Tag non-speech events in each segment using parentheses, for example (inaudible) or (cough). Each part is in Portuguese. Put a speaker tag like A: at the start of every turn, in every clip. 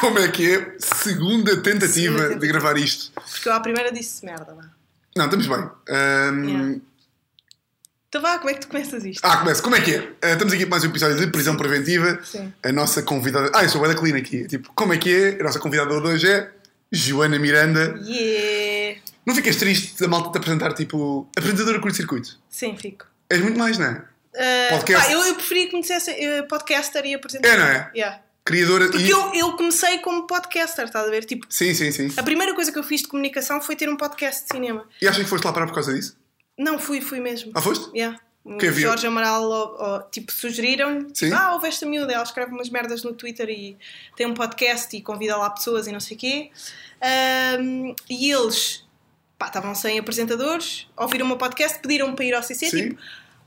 A: como é que é. Segunda tentativa
B: Segunda
A: de
B: tentativa.
A: gravar isto.
B: Porque eu à primeira disse merda, vá.
A: Não, estamos bem. Ahm,
B: Yeah. Então vá, como é que tu começas isto?
A: Ah, começa. Como é que é? Ah, estamos aqui para mais um episódio de Prisão Preventiva.
B: Sim.
A: A nossa convidada. Ah, eu sou o Eda Clean aqui. Tipo, como é que é? A nossa convidada hoje é Joana Miranda.
B: Yeah!
A: Não ficas triste da malta te apresentar, tipo, apresentadora curto-circuito?
B: Sim, fico.
A: És muito mais, não é?
B: Ah,
A: Podcast.
B: pá, eu, eu preferia que me dissessem eh, podcaster e apresentador.
A: É, não é?
B: Yeah.
A: Criadora
B: Porque
A: e.
B: eu, eu comecei como podcaster, estás a ver? Tipo,
A: Sim, sim, sim.
B: a primeira coisa que eu fiz de comunicação foi ter um podcast de cinema.
A: E achas que foste lá parar por causa disso?
B: Não, fui, fui mesmo.
A: Ah, foste?
B: Yeah. O
A: Que havia-
B: Jorge Amaral, ó- ó, tipo, sugeriram
A: Sim.
B: tipo, ah, houve esta miúda, ela escreve umas merdas no Twitter e tem um podcast e convida lá pessoas e não sei o quê. Ahm, e eles, pá, estavam sem apresentadores, ouviram o meu podcast, pediram para ir ao CC,
A: Sim.
B: tipo,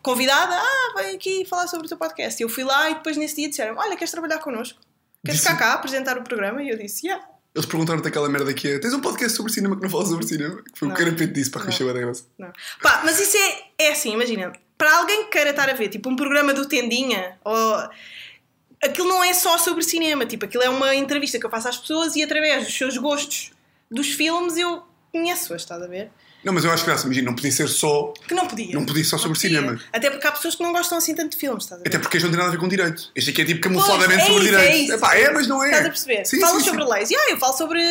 B: convidada, ah, vem aqui falar sobre o teu podcast. E eu fui lá e depois nesse dia disseram, olha, queres trabalhar connosco? Queres
A: Disse-
B: ficar cá, apresentar o programa? E eu disse, yeah.
A: Eles perguntaram-te aquela merda que é. Tens um podcast sobre cinema que não fala sobre cinema? Que foi o
B: Não.
A: carapete disso para
B: Não.
A: rachar a graça.
B: Não. Pá, mas isso é, é assim, imagina. Para alguém que queira estar a ver, tipo, um programa do Tendinha, ou... Aquilo não é só sobre cinema, tipo, aquilo é uma entrevista que eu faço às pessoas e através dos seus gostos dos filmes eu conheço-as, estás a ver?
A: Não, mas eu acho graça, imagina, não podia ser só.
B: Que não podia.
A: Não podia só sobre
B: podia.
A: cinema.
B: Até porque há pessoas que não gostam assim tanto de filmes, estás a ver?
A: Até porque isto não tem nada a ver com direito. Este aqui é tipo camufladamente
B: Pois, é
A: sobre
B: isso,
A: direito.
B: é isso.
A: Epá, é, mas não é.
B: Estás a perceber?
A: Sim,
B: Falas
A: sim,
B: sobre
A: sim.
B: leis. Yeah, eu falo sobre.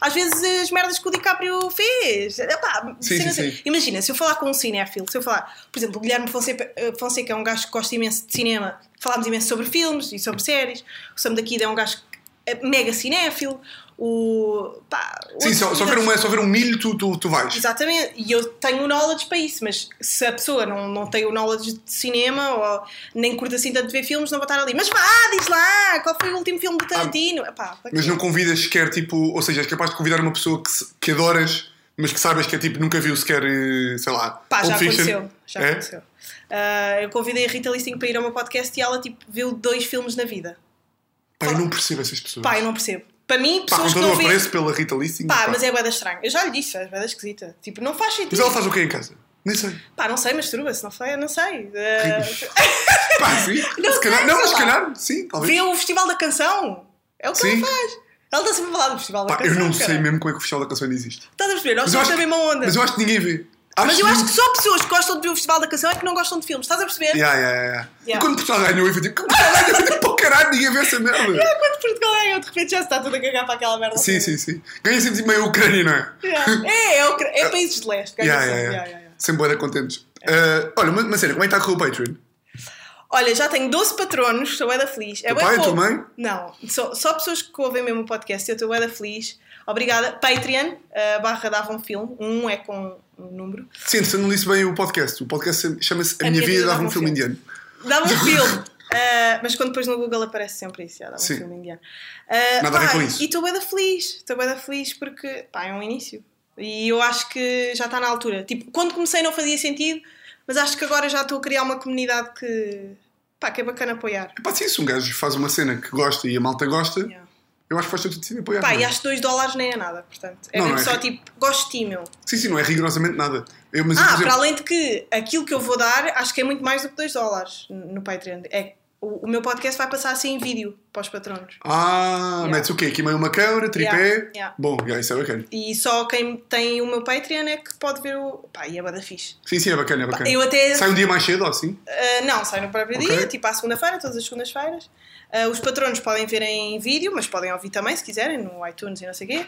B: Às vezes as merdas que o DiCaprio fez. Epá,
A: Sim,
B: cenas
A: sim,
B: assim.
A: sim.
B: Imagina, se eu falar com um cinéfilo, se eu falar, por exemplo, o Guilherme Fonseca, Fonseca é um gajo que gosta imenso de cinema, falámos imenso sobre filmes e sobre séries. O Sam daqui é um gajo que é mega cinéfilo. O. Pá,
A: Sim,
B: outros
A: só, só, ver
B: convidados-
A: uma, só ver um milho, tu, tu, tu vais.
B: Exatamente, e eu tenho o knowledge para isso, mas se a pessoa não, não tem o knowledge de cinema ou nem curta assim tanto de ver filmes, não vai estar ali. Mas vá, diz lá, qual foi o último filme do Tarantino? Epá, para
A: Ah, Mas
B: quê?
A: não convidas sequer, tipo. Ou seja, és capaz de convidar uma pessoa que, se- que adoras, mas que sabes que é tipo, nunca viu sequer, eh, sei lá.
B: Pá, já
A: Pulp Fiction.
B: aconteceu. Já
A: É?
B: aconteceu. Ah, eu convidei a Rita Listing para ir ao meu podcast e ela tipo, viu dois filmes na vida.
A: Pá, eu não percebo essas pessoas.
B: Pá, eu não percebo. Para mim,
A: Pá, com
B: pessoas que
A: todo o
B: não vêem.
A: apreço pela Rita Lissing.
B: Pá, mas é bada estranha. Eu já lhe disse, é bada esquisita. Tipo, não faz sentido.
A: Mas ela faz o quê em casa? Nem sei.
B: Pá, não sei, masturba-se, não sei, não sei. Ah, (laughs)
A: Pá, sim.
B: Não
A: se calhar,
B: sei,
A: não,
B: sei
A: mas se
B: lá.
A: calhar, sim, talvez.
B: Vê o Festival da Canção. É o que
A: Sim.
B: ela faz. Ela está sempre a falar do Festival da
A: Pá, eu
B: Canção.
A: não
B: cara.
A: sei mesmo como é que o Festival da Canção ainda existe.
B: Estás a perceber? Nós
A: Mas eu
B: somos
A: acho
B: da
A: que-
B: mesma onda.
A: Mas eu acho que ninguém vê.
B: Mas eu acho que só pessoas que gostam de ver o Festival da Canção é que não gostam de filmes. Estás a perceber?
A: Yeah, yeah, yeah, yeah.
B: Yeah.
A: E quando Portugal ganhou, eu fui tipo, "Quando Portugal ganhou, eu tipo, pô caralho, ninguém vê essa
B: (laughs)
A: merda.
B: Ah, Quando Portugal ganhou, de repente já se está tudo a cagar para aquela merda.
A: Sim, sim, sim. Ganha sempre tipo, meio a Ucrânia, não é?
B: Yeah. É, é, o cre- é países de leste. ganha
A: Yeah, yeah,
B: sempre.
A: yeah.
B: Yeah, É. yeah, yeah.
A: Sempre boeda contentes. Ah, olha, uma, uma cena, como é que está a correr o Patreon?
B: Olha, já tenho 12 patronos, estou bué da feliz. É
A: Teu
B: bué
A: pai,
B: fofo.
A: tua mãe?
B: Não, só, só pessoas que ouvem mesmo o podcast, eu estou bué da feliz. Obrigada. Patreon, eh, barra dava um filme, um é com um número.
A: Sim, se eu não disse bem o podcast, o podcast chama-se A, Minha Vida Dava um Filme Indiano.
B: Dava um filme! Eh, mas quando depois no Google aparece sempre isso, já dava um
A: Sim.
B: filme indiano. Eh,
A: Nada a ver
B: pá,
A: com isso.
B: E estou bué da feliz, estou bué da feliz porque pá, é um início. E eu acho que já está na altura. Tipo, quando comecei não fazia sentido, mas acho que agora já estou a criar uma comunidade que, pá, que é bacana apoiar.
A: Pá, sim, se um gajo faz uma cena que gosta e a malta gosta,
B: Yeah.
A: eu acho que faz todo sentido apoiar.
B: Pá,
A: não é?
B: e acho que 2 dólares nem é nada, portanto. É
A: Não,
B: mesmo
A: não é
B: só
A: que-
B: tipo, gostinho meu.
A: Sim, sim, não é rigorosamente nada. Eu, mas,
B: Ah,
A: por exemplo,
B: para além de que aquilo que eu vou dar, acho que é muito mais do que 2 dólares no Patreon. É, o, o meu podcast vai passar assim em vídeo para os patronos.
A: Ah,
B: Yeah.
A: metes o quê? Aqui meio uma câmera, tripé.
B: Yeah, yeah.
A: Bom, yeah, isso é bacana.
B: E só quem tem o meu Patreon é que pode ver o. Pá, e é bada fixe.
A: Sim, sim, é bacana, é
B: Pá,
A: bacana.
B: eu até.
A: Sai um dia mais cedo, ou assim?
B: ah, não, sai no próprio
A: Ok.
B: dia, tipo à segunda-feira, todas as segundas-feiras. Ah, os patronos podem ver em vídeo, mas podem ouvir também, se quiserem, no iTunes e não sei o quê.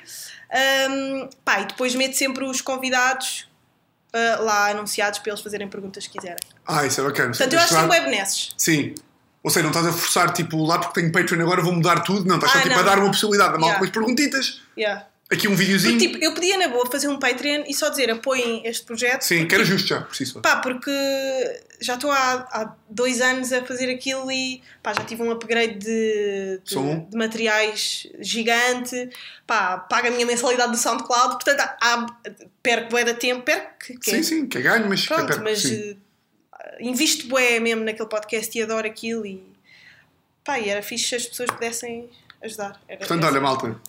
B: Ahm, pá, e depois meto sempre os convidados ah, lá anunciados para eles fazerem perguntas que quiserem.
A: Ah, isso é bacana.
B: Portanto, eu acho que
A: Estudar-
B: tem webnesses.
A: Sim. Ou seja, não estás a forçar, tipo, lá porque tenho Patreon agora vou mudar tudo. Não, estás só
B: Ah,
A: tipo
B: não.
A: a dar uma possibilidade. Dá-me
B: Yeah.
A: algumas perguntitas,
B: Yeah.
A: aqui um
B: Porque,
A: videozinho.
B: tipo, eu podia na boa fazer um Patreon e só dizer apoiem este projeto.
A: Sim,
B: porque,
A: que era justo já, por si só.
B: tipo, Pá, porque já estou há, há dois anos a fazer aquilo e pá, já tive um upgrade de, de,
A: Só um?
B: de materiais gigante, pá, pago a minha mensalidade do SoundCloud, portanto há, há, perco bué da tempo, perco que, que
A: Sim, sim, que é ganho, mas. que é
B: pronto,
A: perto,
B: mas
A: sim.
B: eh, invisto bué mesmo naquele podcast e adoro aquilo e pá, e era fixe se as pessoas pudessem ajudar. Era-
A: Portanto,
B: era-
A: olha, malta.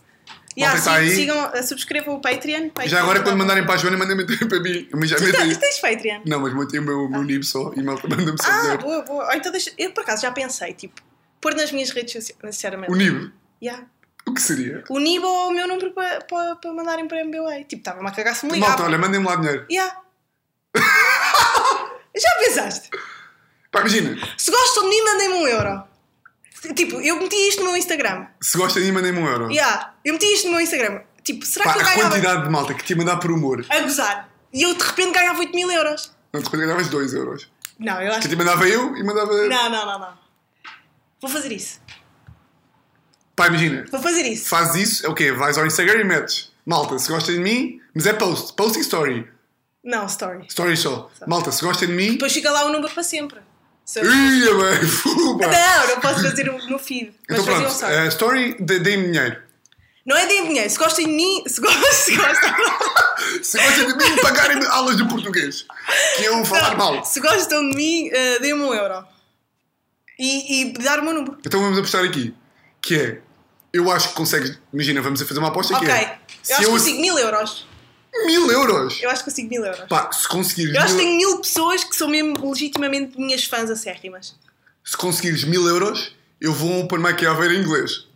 B: Yeah,
A: malta que tá
B: sim,
A: aí.
B: sigam, eh, subscrevam o Patreon. Patreon
A: Já agora, quando mandarem para a Joana, mandem-me (laughs) para mim. Mas já
B: (laughs) Tu tens, (laughs)
A: metem.
B: tu tens Patreon?
A: Não, mas metem o meu, o meu nib só e malta manda-me só
B: Ah,
A: dinheiro.
B: boa, boa. Ou então deixa... Eu por acaso já pensei, tipo, pôr nas minhas redes sociais, sinceramente.
A: O nib.
B: Yeah.
A: O que seria?
B: O Nibo é o meu número para pa, pa mandarem para a MBA. Tipo, estava-me a cagar se me
A: Malta,
B: ligava.
A: olha, mandem-me lá dinheiro.
B: Yeah. (laughs) Já pensaste?
A: Pá, imagina,
B: Se gostam de mim, mandem-me um euro. Tipo, eu meti isto no meu Instagram.
A: se gostam de mim, mandem-me um euro.
B: Yeah. Eu meti isto no meu Instagram. Tipo, será
A: Pá,
B: que eu
A: a
B: ganhava
A: quantidade de malta que te ia mandar por humor.
B: a gozar? E eu de repente ganhava 8 mil euros.
A: Não, tipo, depois ganhavas 2 euros.
B: Não, eu acho
A: Que te mandava eu e mandava.
B: Não, não, não, não. Vou fazer isso.
A: Pá, imagina,
B: Vou fazer isso.
A: fazes isso, é o quê? Vais ao Instagram e metes. Malta, se gostam de mim, mas é post, post e story.
B: Não, story.
A: Story só. Malta, se gostam de mim.
B: Depois fica lá o número para sempre. Se eu-
A: Ia, (laughs) bem, fuba.
B: Não, não posso fazer o- no feed. Mas
A: Então
B: é, fazia um
A: pronto,
B: story.
A: a story, de- deem-me dinheiro.
B: Não é de dinheiro. Se gostam de mim, se gostam, (laughs) se gostam.
A: Se gostam de mim, pagarem aulas de português. Que eu falar Tá mal.
B: Se gostam de mim, eh, dê-me um euro. E, e dar o meu número.
A: Então vamos apostar aqui. Que é, eu acho que consegues. Imagina, vamos fazer uma aposta
B: ok.
A: que é.
B: Eu acho que consigo mil euros.
A: Mil euros!
B: Eu acho que consigo mil euros.
A: Pá, se conseguires,
B: Eu acho que
A: mil,
B: tenho mil pessoas que são mesmo legitimamente minhas fãs acérrimas.
A: se conseguires mil euros, eu vou a um open mic em Aveiro em inglês.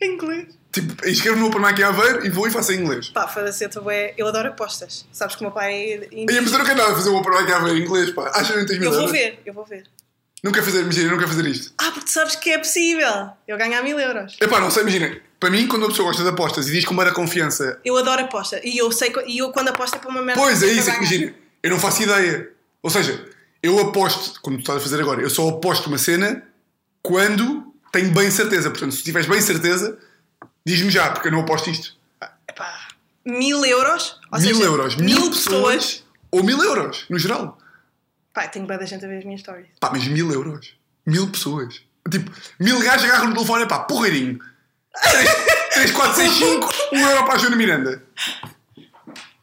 B: Em inglês.
A: Tipo, inscrevo-me no open mic em Aveiro e vou e faço em inglês.
B: Pá, foda-se, eu, tô é- eu adoro apostas. Sabes que o meu pai é.
A: E mas eu não quero nada fazer um open mic em Aveiro em inglês, pá. Acho que não tens mil
B: Eu vou
A: euros.
B: ver, eu vou ver.
A: Não quero fazer, imagina, não quero fazer isto.
B: Ah, porque tu sabes que é possível eu ganhar mil euros.
A: Epá, não sei, imagina. Para mim, quando uma pessoa gosta de apostas e diz com uma confiança,
B: Eu adoro aposta. E eu sei co- e eu quando aposto é para uma merda.
A: pois é
B: eu
A: isso, é que
B: ganho.
A: imagina, eu não faço ideia. Ou seja, eu aposto, como tu estás a fazer agora, eu só aposto uma cena quando tenho bem certeza. Portanto, se tiveres bem certeza, diz-me já, porque eu não aposto isto.
B: Epá, mil euros? Ou
A: mil
B: seja,
A: euros, mil, pessoas, ou mil euros, no geral.
B: Pá, tenho bem da gente a ver as minhas stories.
A: Pá, mas mil euros, mil pessoas. Tipo, mil gajos agarram no telefone, pá, porreirinho. 3, 4, 6, 5, 1 euro para a Joana Miranda.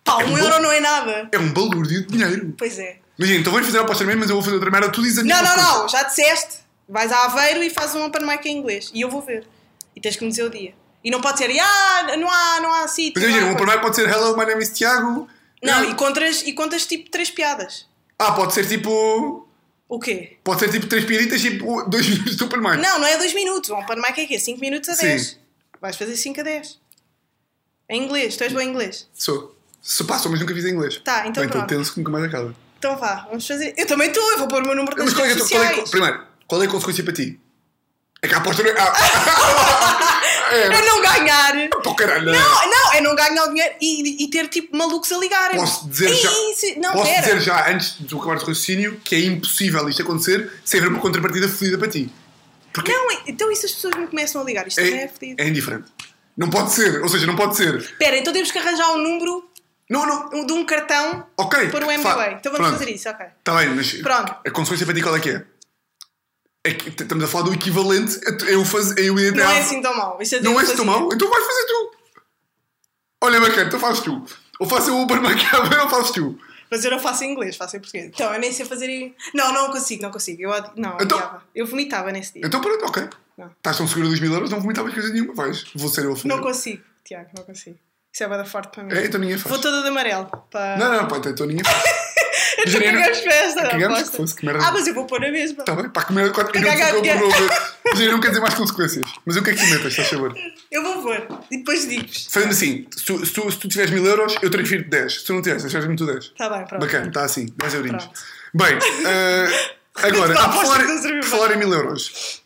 B: Pá,
A: É
B: um
A: bom.
B: euro não é nada.
A: É um balúrdio de dinheiro.
B: Pois é.
A: Imagina, então vamos fazer a aposta mesmo, mas eu vou fazer outra merda, tu dizes a minha
B: Não, não,
A: resposta.
B: não, já disseste. Vais a Aveiro e fazes um open mic em inglês. E eu vou ver. E tens que me dizer o dia. E não pode ser, ah, não há, não há sítio.
A: Mas imagina,
B: não
A: um
B: há
A: open
B: coisa."
A: mic pode ser Hello, my name is Tiago.
B: Não, e contas, e contas tipo três piadas.
A: Ah, pode ser tipo.
B: O quê?
A: Pode ser tipo três piaditas, tipo dois (laughs) minutos de open mic.
B: Não, não é dois minutos. Um open mic é quê? Cinco minutos a
A: Sim.
B: dez. Vais fazer cinco a dez. Em inglês, tu és bom em inglês.
A: Sou. Sou pá, sou, mas nunca fiz em inglês.
B: Tá, então
A: Bem, estou
B: pronto.
A: tenso que nunca mais acaba.
B: Então vá, vamos fazer. Eu também estou, eu vou pôr o meu número
A: Mas
B: nas
A: qual é, que
B: redes
A: é, a tua- qual é,
B: sociais.
A: que- primeiro, qual é a consequência para ti? É que a aposta não é. Ah,
B: É não ganhar.
A: pô, caralho!
B: Não, não, é não ganhar o dinheiro e, e ter tipo malucos a ligarem.
A: Posso dizer
B: Ei,
A: já.
B: é isso- não,
A: posso
B: pera.
A: dizer já, antes de tu acabar o raciocínio, que é impossível isto acontecer sem haver uma contrapartida fodida para ti.
B: Não, então e se as pessoas me começam a ligar? Isto também é fedido.
A: é indiferente. Não pode ser, ou seja, não pode ser.
B: Espera, então temos que arranjar um número
A: Não, não,
B: de um cartão
A: Ok.
B: para o MBA.
A: fa-
B: Então vamos
A: pronto.
B: fazer isso, ok.
A: Está Tá bem, mas
B: Pronto.
A: a consequência para ti qual é que é? É que t- estamos a falar do equivalente a tu- eu fazer. Eu ir
B: Não
A: à-
B: é assim tão mau. Isto é
A: Não
B: tipo
A: é assim tão
B: assim.
A: mau? Então vais fazer tu. Olha, bacana, então fazes tu. Ou faço eu o Uber Macabre (laughs) ou fazes tu.
B: Mas eu não faço em inglês, faço em português. Então, eu nem sei fazer em... Não, não consigo, não consigo. Eu, odi- não,
A: Então-
B: odiava. eu vomitava nesse dia.
A: Então pronto, ok.
B: Não.
A: Estás tão seguro dos mil euros, não vomitavas coisa nenhuma, vais. Vou ser eu a fazer.
B: Tá. Não consigo, Tiago, não consigo. Isso é bada forte para mim.
A: É, então ninguém faz.
B: Vou toda de amarelo. Para...
A: Não, não, pá, então ninguém faz.
B: (laughs) eu
A: Mas eu não-
B: cagamos festa.
A: Cagamos,
B: aposta.
A: que fosse, que merda.
B: Ah, mas eu vou pôr na mesma.
A: Está Tá bem, pá, que merda de 4 minutos
B: Cagar,
A: eu
B: cagar.
A: vou Mas eu não quero dizer mais consequências. Mas o que é que tu metas, estás a saber?
B: Eu vou pôr. E depois digo-vos.
A: Fazemos assim, se tu, se tu, se tu tiveres mil euros, eu transfiro-te 10. Se tu não tiveres, transfires-me tu 10.
B: Está Tá bem, pronto.
A: Bacana, está assim, 10 eurinhos.
B: Pronto. (laughs)
A: Bem, eh, agora,
B: Pá,
A: a
B: aposta
A: falar,
B: que não serviu
A: por falar em mil euros.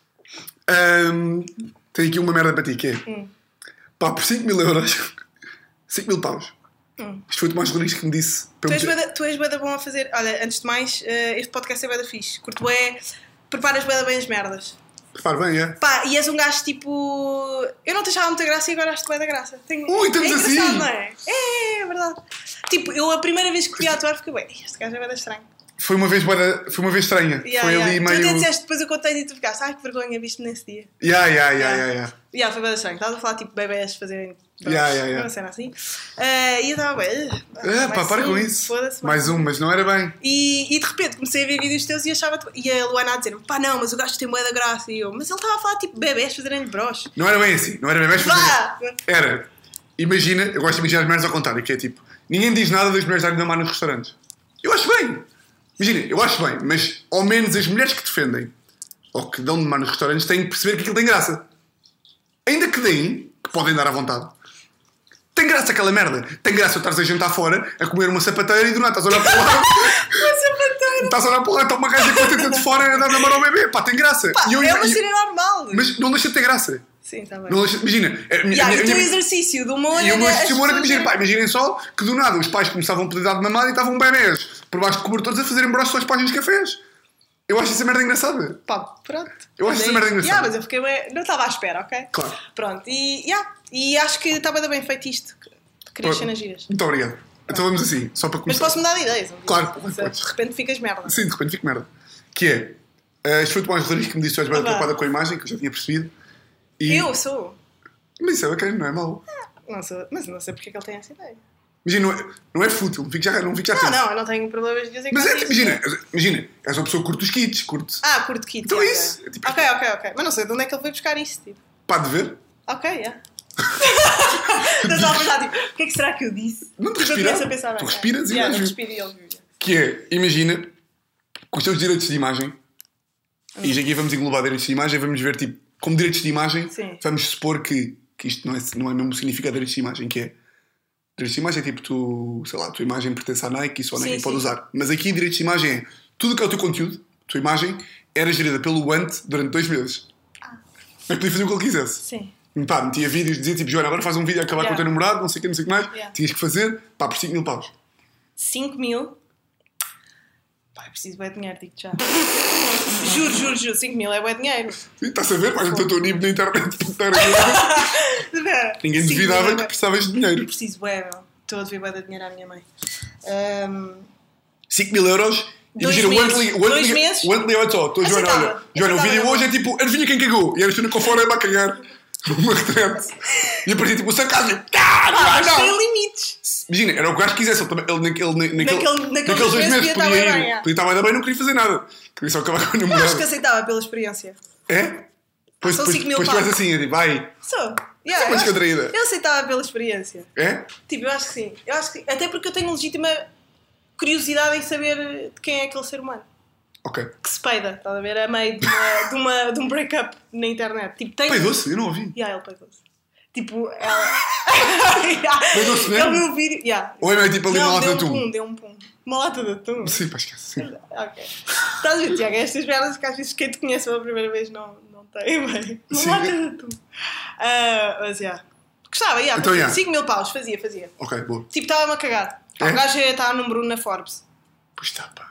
A: Ahm, tenho aqui uma merda para ti, que é...
B: Hum.
A: Pá, por 5 mil euros... (laughs) 5 mil paus.
B: Hum.
A: Isto foi o Tomás Rodrigues que me disse... Para
B: Tu
A: eu
B: és,
A: meter-
B: bada, tu és bada bom a fazer. Olha, antes de mais, eh, este podcast é bada fixe. Curto é. Preparas bada bem as merdas.
A: Repara bem, é?
B: Pá, e és um gajo tipo. Eu não te achava muita graça e agora acho-te bem da graça. Tenho...
A: Ui, estamos
B: é engraçado,
A: assim.
B: não é? É, é verdade. Tipo, eu a primeira vez que fui a atuar fiquei, ué, este gajo é bada estranho.
A: Foi uma vez, bué- foi uma vez estranha.
B: Yeah,
A: foi ali
B: yeah. Tu até
A: meio...
B: disseste, depois eu contei e tu ficaste, ai que vergonha, viste nesse dia.
A: Yeah, yeah, yeah, yeah, yeah.
B: Yeah, foi bada estranho. Estavas a falar tipo bebés fazerem.
A: Yeah, yeah, yeah.
B: Uma cena assim. Eh, e eu estava, ué.
A: Ah,
B: mais
A: pá, para
B: um,
A: com isso.
B: Foda-se, mais
A: Mais um, mas não era bem.
B: E, e de repente comecei a ver vídeos teus e achava E a Luana a dizer pá, não, mas o gajo tem moeda graça. E eu, mas ele estava a falar tipo bebés fazerem-lhe broche.
A: Não era bem assim, não era bem. Vais fazer.
B: Vá!
A: Era, imagina, eu gosto de imaginar as mulheres ao contrário, que é tipo, ninguém diz nada das mulheres darem na mão nos restaurantes. Eu acho bem. Imagina, eu acho bem, mas ao menos as mulheres que defendem ou que dão de mão nos restaurantes têm que perceber que aquilo tem graça. Ainda que deem, que podem dar à vontade. Tem graça aquela merda. Tem graça eu estares a jantar fora, a comer uma sapateira e do nada estás a olhar para o
B: (laughs)
A: lado, estás a olhar para o lado, está uma gaja com a teta de fora a dar namoro ao bebê. Pá, tem graça.
B: Pá,
A: E eu-
B: é uma
A: e-
B: cena normal.
A: Mas não deixa de ter graça.
B: Sim, está bem.
A: Não deixa- imagina. é a minha-
B: Yeah,
A: a minha-
B: e o teu
A: a minha-
B: exercício do humor
A: e o meu
B: era né, as
A: testemunho era que
B: pessoas
A: imaginem,
B: verem-
A: é pá, imaginem só que do nada os pais começavam a poder dar de mamada e estavam bebés por baixo de cobertores a fazerem broches aos pais nos cafés. Eu acho essa merda engraçada.
B: Pá, pronto.
A: Eu acho
B: Olha
A: essa
B: aí.
A: merda engraçada.
B: Yeah, mas eu fiquei bem- Não estava à espera, ok?
A: Claro.
B: Pronto, e, yeah, e acho que estava bem feito isto. Querias
A: Pronto.
B: cenas giras.
A: Muito obrigado. Então vamos assim, só para
B: Mas
A: começar.
B: posso mudar de ideias? um dia.
A: Claro,
B: Se
A: podes.
B: De repente ficas merda.
A: Sim, de repente fico merda. Que é. Uh, isto foi o Tomás Rodrigues que me disse que tu és bem
B: Ah, vá.
A: preocupada com a imagem, que eu já tinha percebido. E...
B: Eu sou.
A: Mas isso é bacana, não é mau.
B: Não sou. Mas não sei porque é que ele tem essa ideia.
A: Imagina, não é, não é fútil, não fico já, não fico já
B: Não,
A: tenso.
B: não, eu não tenho problemas de dizer que
A: Mas
B: não
A: é,
B: sei.
A: tipo, imagina, imagina, és uma pessoa que curte os kits, curte.
B: Ah, curto kit.
A: Então é
B: yeah,
A: isso.
B: yeah.
A: É tipo-
B: Ok, ok, ok. Mas não sei de onde é que ele foi buscar isso. Tipo.
A: Pá de ver? (laughs)
B: Ok, yeah. Estás a pensar, tipo, o que é que será que eu disse?
A: Não te
B: Porque eu
A: respirar.
B: começo a pensar,
A: Tu
B: ah,
A: respiras e é?
B: yeah,
A: vais
B: eu
A: ver.
B: respiro e ele viu.
A: Que é, imagina, com os teus direitos de imagem, e já aqui vamos englobar direitos de imagem, vamos ver, tipo, como direitos de imagem,
B: Sim.
A: vamos supor que, que isto não é, não é mesmo significado de direitos de imagem, que é. Direitos de imagem é tipo, tu, sei lá, a tua imagem pertence à Nike e só a
B: Sim,
A: Nike
B: sim.
A: pode usar. Mas aqui, direitos de imagem é tudo que é o teu conteúdo, a tua imagem, era gerida pelo Ant durante dois meses.
B: Ah.
A: Mas podia fazer o que ele quisesse.
B: Sim.
A: Pá, metia vídeos, dizia tipo, Joana, agora faz um vídeo a acabar
B: Yeah.
A: com o teu namorado, não sei o que, não sei o que mais,
B: Yeah.
A: tinhas que fazer, pá, por 5 mil paus.
B: 5 mil. Pá, eu preciso bué de dinheiro, digo já. (laughs) juro, juro, juro, 5 mil é bué dinheiro.
A: Estás a ver? Mas então estou nível na internet. puta,
B: (laughs)
A: era- (laughs) Ninguém
B: Cinco mil
A: duvidava
B: é
A: que
B: bué-
A: precisavas de dinheiro.
B: Preciso bué, meu. Estou a dever bué de dinheiro à minha mãe. Ahm,
A: 5 mil euros.
B: Dois
A: Imagina, o
B: meses.
A: Antley, o
B: Dois
A: Antley,
B: meses.
A: o Antley, olha só, estou a Joana,
B: Aceitava.
A: olha, Joana, o
B: Aceitava.
A: vídeo hoje é tipo, adivinha quem cagou? E era Joana com fora, vai cagar. (laughs) Uma retrete. E aparecia tipo, o sarcasmo, ah,
B: pá,
A: não,
B: mas tem
A: não.
B: limites.
A: Imagina, era o que o gajo quisesse, ele, também- ele, naquele, naquele,
B: Naquele- naqueles
A: naqueles dois
B: meses
A: meses
B: podia estar bem
A: podia
B: bem,
A: ir,
B: é.
A: podia estar bem, bem, não queria fazer nada. Queria só acabar com o
B: Eu acho que
A: namorado.
B: aceitava pela experiência.
A: É? Pois,
B: São
A: depois,
B: cinco mil
A: depois tu vais
B: paus.
A: assim, é tipo, vai,
B: Sou.
A: Sim,
B: Yeah, eu
A: mas
B: acho-
A: é contraída.
B: Eu aceitava pela experiência.
A: é?
B: Tipo, eu acho que sim. Eu acho que, até porque eu tenho legítima curiosidade em saber de quem é aquele ser humano.
A: Ok.
B: Que se peida, estás a ver? A meio de, uma- de, uma- de um break-up na internet. Tipo, tenho,
A: Pai doce, eu não ouvi.
B: Yeah, ele pagou-se. Tipo,
A: (laughs)
B: ela. yeah.
A: Pagou-se mesmo?
B: Ele viu o vídeo. Yeah.
A: Ou é meio tipo ali
B: não,
A: na lata
B: deu
A: de
B: um
A: atum?
B: pum, deu um pum. Uma lata de atum?
A: Sim, pá, esquece. Sim.
B: Ok. Estás a ver, Tiago? Estas merdas que às vezes quem te conhece pela primeira vez não, não tem (laughs) bem. Uma
A: Sim.
B: lata de atum. Ah, mas, yeah. Gostava, yeah,
A: Então,
B: fazia.
A: yeah.
B: 5 mil paus, fazia, fazia.
A: Ok, boa.
B: Tipo, estava-me a cagar. Pá,
A: É?
B: O gajo está num Bruno na Forbes.
A: Pois está, pá.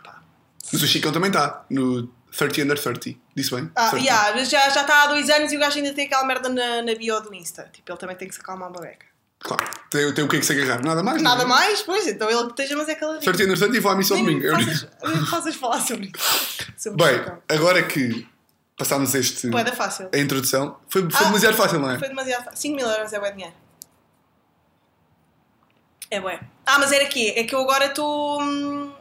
A: Mas o Chicão também está no 30 under 30. Disse bem?
B: Ah,
A: 30.
B: yeah, mas já, já está há dois anos e o gajo ainda tem aquela merda na, na bio do Insta. Tipo, ele também tem que se acalmar uma beca.
A: Claro. Tem, tem o que é que se agarrar? Nada mais?
B: Nada
A: não é?
B: mais, pois, então ele que esteja, mas é caladinho.
A: 30 under 30 e vou à missão
B: Nem
A: domingo.
B: me
A: Eu digo. (laughs)
B: faças, nem me faças falar sobre isso. Sobre o
A: Bem,
B: Chicão.
A: agora que passámos este.
B: Bué da fácil.
A: A introdução. Foi, foi
B: Ah.
A: demasiado fácil, não é?
B: Foi demasiado fácil. 5 mil euros é bué dinheiro. É bué. Ah, mas era aqui. É que eu agora estou... hum,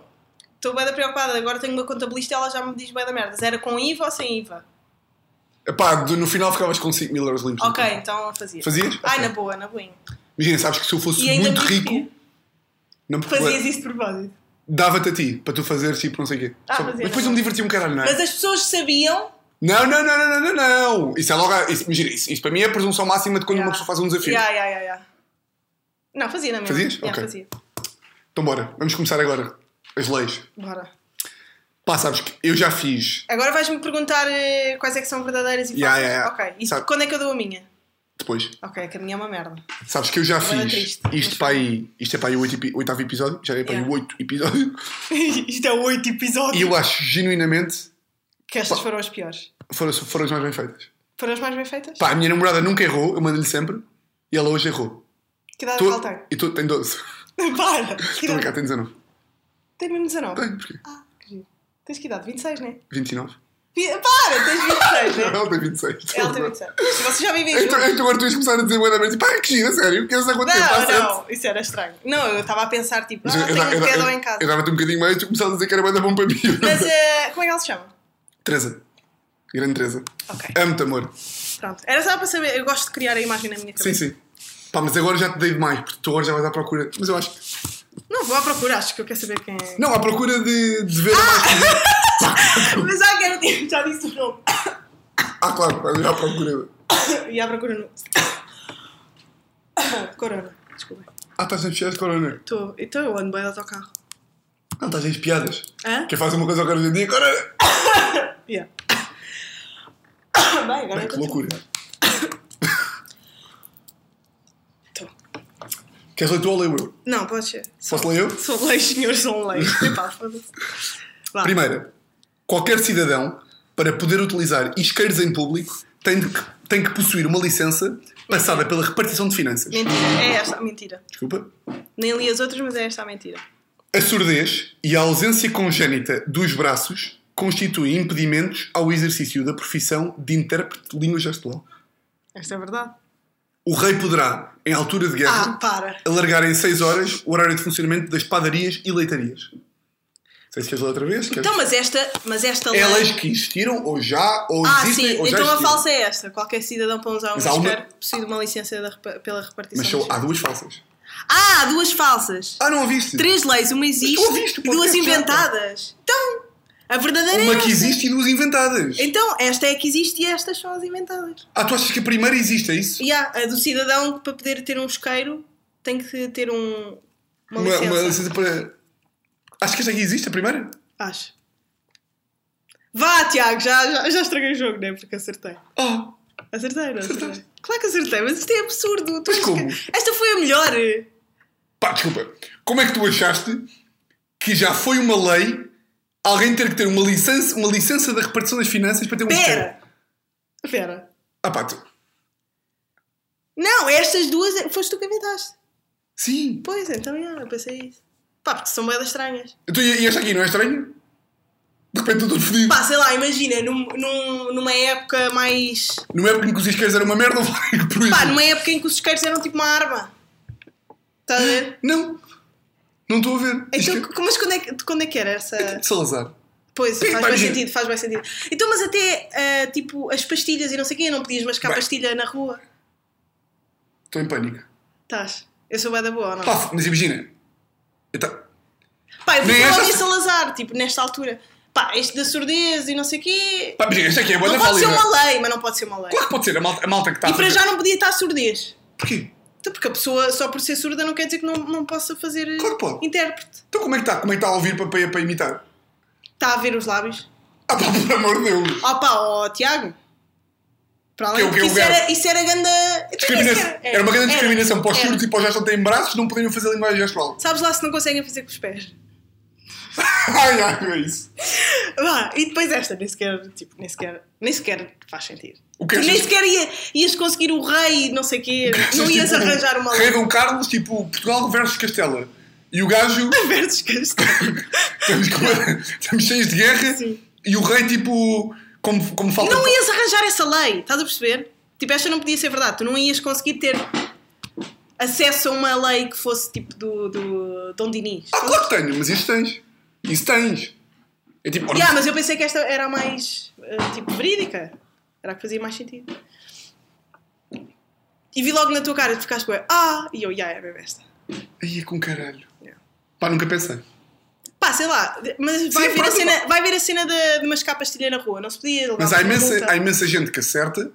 B: Estou bué da preocupada. Agora tenho uma contabilista e ela já me diz bué da merdas. Era com IVA ou sem IVA?
A: Epá, do- no final ficavas com 5 mil euros limpos.
B: Ok, então fazia.
A: Fazias?
B: Ai,
A: Ok.
B: na boa, na boinha.
A: Imagina, sabes que se eu fosse
B: E ainda
A: muito
B: me dizia.
A: rico, não me
B: Fazias isso de propósito.
A: dava-te a ti para tu fazer tipo não sei o quê.
B: Ah,
A: Só-
B: fazia,
A: mas depois
B: não.
A: eu me diverti um caralho, não é?
B: Mas as pessoas sabiam...
A: Não, não, não, não, não, não, não. Isso é logo. a- Isso, imagina, isso, isso para mim é a presunção máxima de quando
B: Yeah.
A: uma pessoa faz um desafio.
B: Yeah, yeah, yeah, yeah. Não, fazia na mesma.
A: Fazias?
B: Yeah,
A: Ok.
B: fazia.
A: Então bora, vamos começar agora. As leis.
B: Bora.
A: Pá, sabes que eu já fiz
B: Agora vais-me perguntar eh, quais é que são verdadeiras e
A: Ya,
B: falsas.
A: ya, ya.
B: Ok. E
A: Sabe-
B: quando é que eu dou a minha?
A: depois.
B: Ok, que a minha é uma merda. (laughs)
A: Sabes que eu já
B: Agora é
A: fiz
B: triste.
A: isto para aí. Isto é para aí o oito epi- oitavo episódio. Já é para aí o
B: Yeah.
A: oito episódio.
B: Isto é oito
A: E
B: episódios.
A: eu acho genuinamente
B: Que estas foram as piores.
A: foram, foram as mais bem feitas.
B: Foram as mais bem feitas?
A: Pá, a minha namorada nunca errou, eu mando-lhe sempre. E ela hoje errou.
B: Que idade
A: Tô-
B: é que ela
A: E tu tem 12.
B: tem? (laughs) Para! Que
A: Estou a
B: idade?
A: brincar, tem 19.
B: Tem mesmo 19.
A: Tem, porquê?
B: Ah, que giro. Tens que idade? 26, não é?
A: 29.
B: Para! Tens
A: (laughs)
B: 26, não é?
A: Ela tem 26.
B: Ela tem 26. Se vocês já vivem juntos.
A: Então, então agora tu ias começar a dizer bué da merda, pá, que gira, sério, que eles há quanto tempo? Há sete.
B: Não, não, isso era estranho. Não, eu estava a pensar, tipo, ah,
A: Mas eu- eu
B: tenho
A: dava- eu
B: um
A: dava-
B: pedal em
A: Eu
B: casa.
A: dava-te um bocadinho mais e tu começaste a dizer que era banda bom para mim.
B: Mas eh, como é que ela se chama?
A: Teresa. Grande Teresa.
B: Ok,
A: Amo-te, amor.
B: pronto. Era só para saber, eu gosto de criar a imagem na minha cabeça.
A: Sim, sim. Pá, mas agora já te dei demais, porque tu agora já vais à procura. Mas eu acho. que-
B: Não vou à procura, acho que eu quero saber quem é.
A: Não, à procura de, de ver a mais
B: Ah!
A: que-
B: Mas já quero, tipo, já disse o nome.
A: Ah, claro, vais à procura.
B: E à procura no. Corona, desculpa.
A: Ah, estás a espiar de corona.
B: Estou. Então eu ando bem de autocarro.
A: Não, estás a espiadas.
B: Hã?
A: Quer fazer uma coisa ao cara hoje em dia? Corona!
B: Yeah. Bem, agora
A: Bem, que
B: eu
A: loucura. (coughs)
B: Tô.
A: Queres ler tu ou leio eu?
B: Não, pode ser. Sou-
A: Posso ler eu?
B: Sou leis, senhores, são leis. Epá, foda-se. Vá.
A: Primeira, qualquer cidadão, para poder utilizar isqueiros em público, tem, de que, tem que possuir uma licença passada pela repartição de finanças.
B: Mentira. É esta a mentira.
A: Desculpa.
B: Nem li as outras, mas é esta a mentira.
A: A surdez e a ausência congénita dos braços constituem impedimentos ao exercício da profissão de intérprete de língua gestual.
B: Esta é verdade.
A: O rei poderá, em altura de guerra,
B: Ah, para.
A: alargar em 6 horas o horário de funcionamento das padarias e leitarias. Não sei se queres ler outra vez. Queres...
B: Então, mas esta, mas esta lei.
A: é leis que existiram, ou já, ou
B: Ah,
A: existem,
B: sim,
A: ou já
B: então a
A: existiram.
B: falsa é esta. Qualquer cidadão para usar um
A: Mas há uma-
B: isqueiro precisa de uma licença da repa- pela repartição.
A: Mas
B: de
A: só-
B: isqueiro.
A: há duas falsas.
B: Ah, há duas falsas.
A: Ah, não ouviste?
B: Três leis, uma
A: tu
B: existe
A: ouviste
B: e
A: o
B: duas
A: podcast já, pá.
B: inventadas. Então, a verdadeira é
A: Uma que
B: esta.
A: existe e duas inventadas.
B: Então, esta é a que existe e estas são as inventadas.
A: Ah, tu achas que a primeira existe, é isso?
B: E há a do cidadão que para poder ter um isqueiro tem que ter um, uma, licença.
A: para. Acho que esta aqui existe, a primeira?
B: Acho. Vá, Tiago, já, já, já estraguei o jogo, não é? Porque acertei.
A: Oh!
B: Acertei, não acertei? Claro que acertei, mas isto é absurdo. Tu
A: Mas
B: achas
A: como?
B: que- Esta foi a melhor.
A: Pá, desculpa. Como é que tu achaste que já foi uma lei alguém ter que ter uma licença, uma licença da repartição das finanças para ter um isqueiro?
B: Pera! Pera.
A: Ah, pá, tu.
B: Não, estas duas foste tu que inventaste.
A: Sim.
B: Pois, então, já, eu pensei isso. Pá, porque são moedas estranhas.
A: Então, e e esta aqui, não é estranho? De repente eu estou fodido.
B: Pá, sei lá, imagina, num- num- numa época mais.
A: Não é porque que os isqueiros eram uma merda, eu falei que por
B: Pá,
A: isso.
B: numa época em que os isqueiros eram tipo uma arma. Estás a ver?
A: Não. Não estou a ver.
B: é- Então,
A: Isqueiro-
B: co- mas quando é, que- de quando é que era essa.
A: Salazar.
B: Pois,
A: Sim,
B: faz
A: pá,
B: mais
A: imagina.
B: sentido, faz mais sentido. Então, mas até, ah, tipo, as pastilhas e não sei o quê, não podias mascar
A: Bem.
B: pastilha na rua?
A: Estou em pânico.
B: Estás? Eu sou bué da boa ou não?
A: Pá, f- mas imagina. Então, Eu ta-
B: Pá, eu vou
A: Nem
B: falar
A: esta-
B: disso ao Lazar, tipo, nesta altura. Pá, este da surdez e não sei o quê.
A: Pá, mas esta aqui é boa
B: Não
A: da
B: pode ser
A: válida.
B: uma lei, mas não pode ser uma lei.
A: Claro que pode ser, a malta, a malta que está
B: E
A: a
B: para
A: fazer.
B: já não podia estar surdez.
A: Porquê?
B: Então, porque a pessoa, só por ser surda, não quer dizer que não, não possa fazer eh,
A: Claro que pode.
B: intérprete.
A: Então como é que está? Como é que está a ouvir para, para, para imitar?
B: Está a ver os lábios.
A: Ah pá, por amor de Deus!
B: Ó pá, ó Tiago. Para além
A: Que é o
B: de que
A: que
B: isso
A: eu
B: era, isso era ganda. Então, isso
A: Discriminação. Era uma grande discriminação para os
B: era.
A: surdos e para os já que não têm braços, não poderiam fazer linguagem
B: (laughs)
A: gestual.
B: Sabes lá se não conseguem fazer com os pés.
A: ai, ai, é isso.
B: Vá, e depois esta, nem sequer, tipo, nem sequer, nem sequer faz sentido.
A: O é
B: Tu
A: achas-
B: nem sequer ia- ias conseguir o rei, não sei o quê,
A: achas,
B: não ias
A: tipo,
B: arranjar uma
A: Rei
B: lei
A: Dom Carlos, tipo, Portugal versus Castela. E o
B: (laughs)
A: gajo,
B: versus Castelo.
A: estamos, com- estamos cheios de guerra,
B: Sim.
A: e o rei, tipo, como, como falta...
B: Não ias arranjar essa lei, estás a perceber? Tipo, esta não podia ser verdade, tu não ias conseguir ter acesso a uma lei que fosse tipo do, do Dom Dinis.
A: Ah, claro que tenho, mas isso tens. Isso tens. É tipo, olha,
B: Yeah, mas eu pensei que esta era a mais eh, tipo verídica. Era a que fazia mais sentido. E vi logo na tua cara, tu ficaste com a, ah, e eu, yeah, é mesmo esta.
A: Ai, é com caralho.
B: Yeah.
A: Pá, nunca pensei.
B: Pá, sei lá, de- mas vai,
A: Sim,
B: vir, a
A: pronto,
B: cena, vai vir a cena de, de mascar pastilha na rua, não se podia levar
A: Mas há
B: uma
A: imensa,
B: multa.
A: há imensa gente que acerta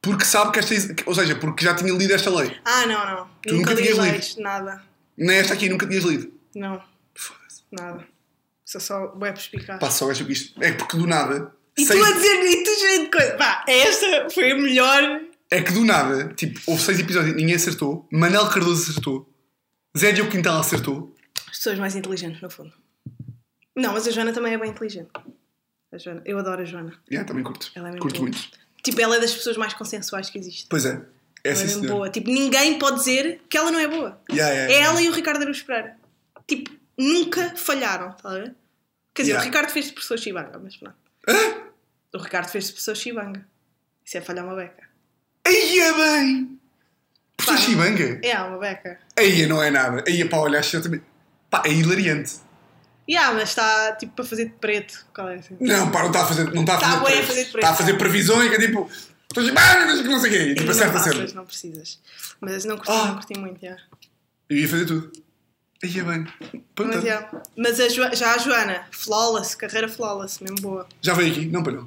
A: porque sabe que esta. is- que- Ou seja, porque já tinha lido esta lei.
B: Ah, não, não.
A: Tu nunca
B: li
A: tinhas
B: leis, nada.
A: Nem esta aqui, nunca tinhas lido.
B: Não,
A: Foda-se.
B: nada. Sou só web perspicaz.
A: Pá, só esta isto. É porque do nada.
B: E
A: seis-
B: tu é a dizer, e tu cheio de coisa. Pá, esta foi a melhor.
A: É que do nada, tipo, houve seis episódios e ninguém acertou. Manel Cardoso acertou. Zé Diogo Quintal acertou.
B: As pessoas mais inteligentes, no fundo. Não, mas a Joana também é bem inteligente. A Joana, eu adoro a Joana.
A: Yeah, também curto.
B: Ela é muito
A: curto
B: boa.
A: muito.
B: Tipo, ela é das pessoas mais consensuais que existe.
A: Pois é. É
B: ela é
A: sim,
B: mesmo
A: senhor.
B: boa. Tipo, ninguém pode dizer que ela não é boa.
A: Yeah, yeah,
B: É ela e o Ricardo Araújo Pereira. Tipo, nunca falharam, está a ver? Quer dizer,
A: Yeah.
B: o Ricardo fez de professor Chibanga, mas pronto. O Ricardo fez de professor Chibanga. Isso é falhar uma beca.
A: Aí é bem!
B: Pá,
A: Professor Chibanga?
B: É, uma beca.
A: Aí não é nada. Aí é para olhar certamente. Pá, é hilariante.
B: E yeah, mas está tipo para fazer de preto. Qual é assim?
A: Não, pá, não está a fazer. Não está a
B: Tá
A: fazer.
B: bué a
A: preço.
B: fazer preço.
A: Está a fazer previsões que é tipo. Estou que não sei o quê. E tipo,
B: não
A: acerta
B: passas,
A: sempre.
B: não precisas. Mas não curti,
A: Ah.
B: não curti muito, yeah.
A: Eu ia fazer tudo. Aí é bem. Pronto.
B: Mas, yeah. Mas a Jo- já a Joana, flawless, carreira flawless, mesmo boa.
A: Já veio aqui? Não, para não.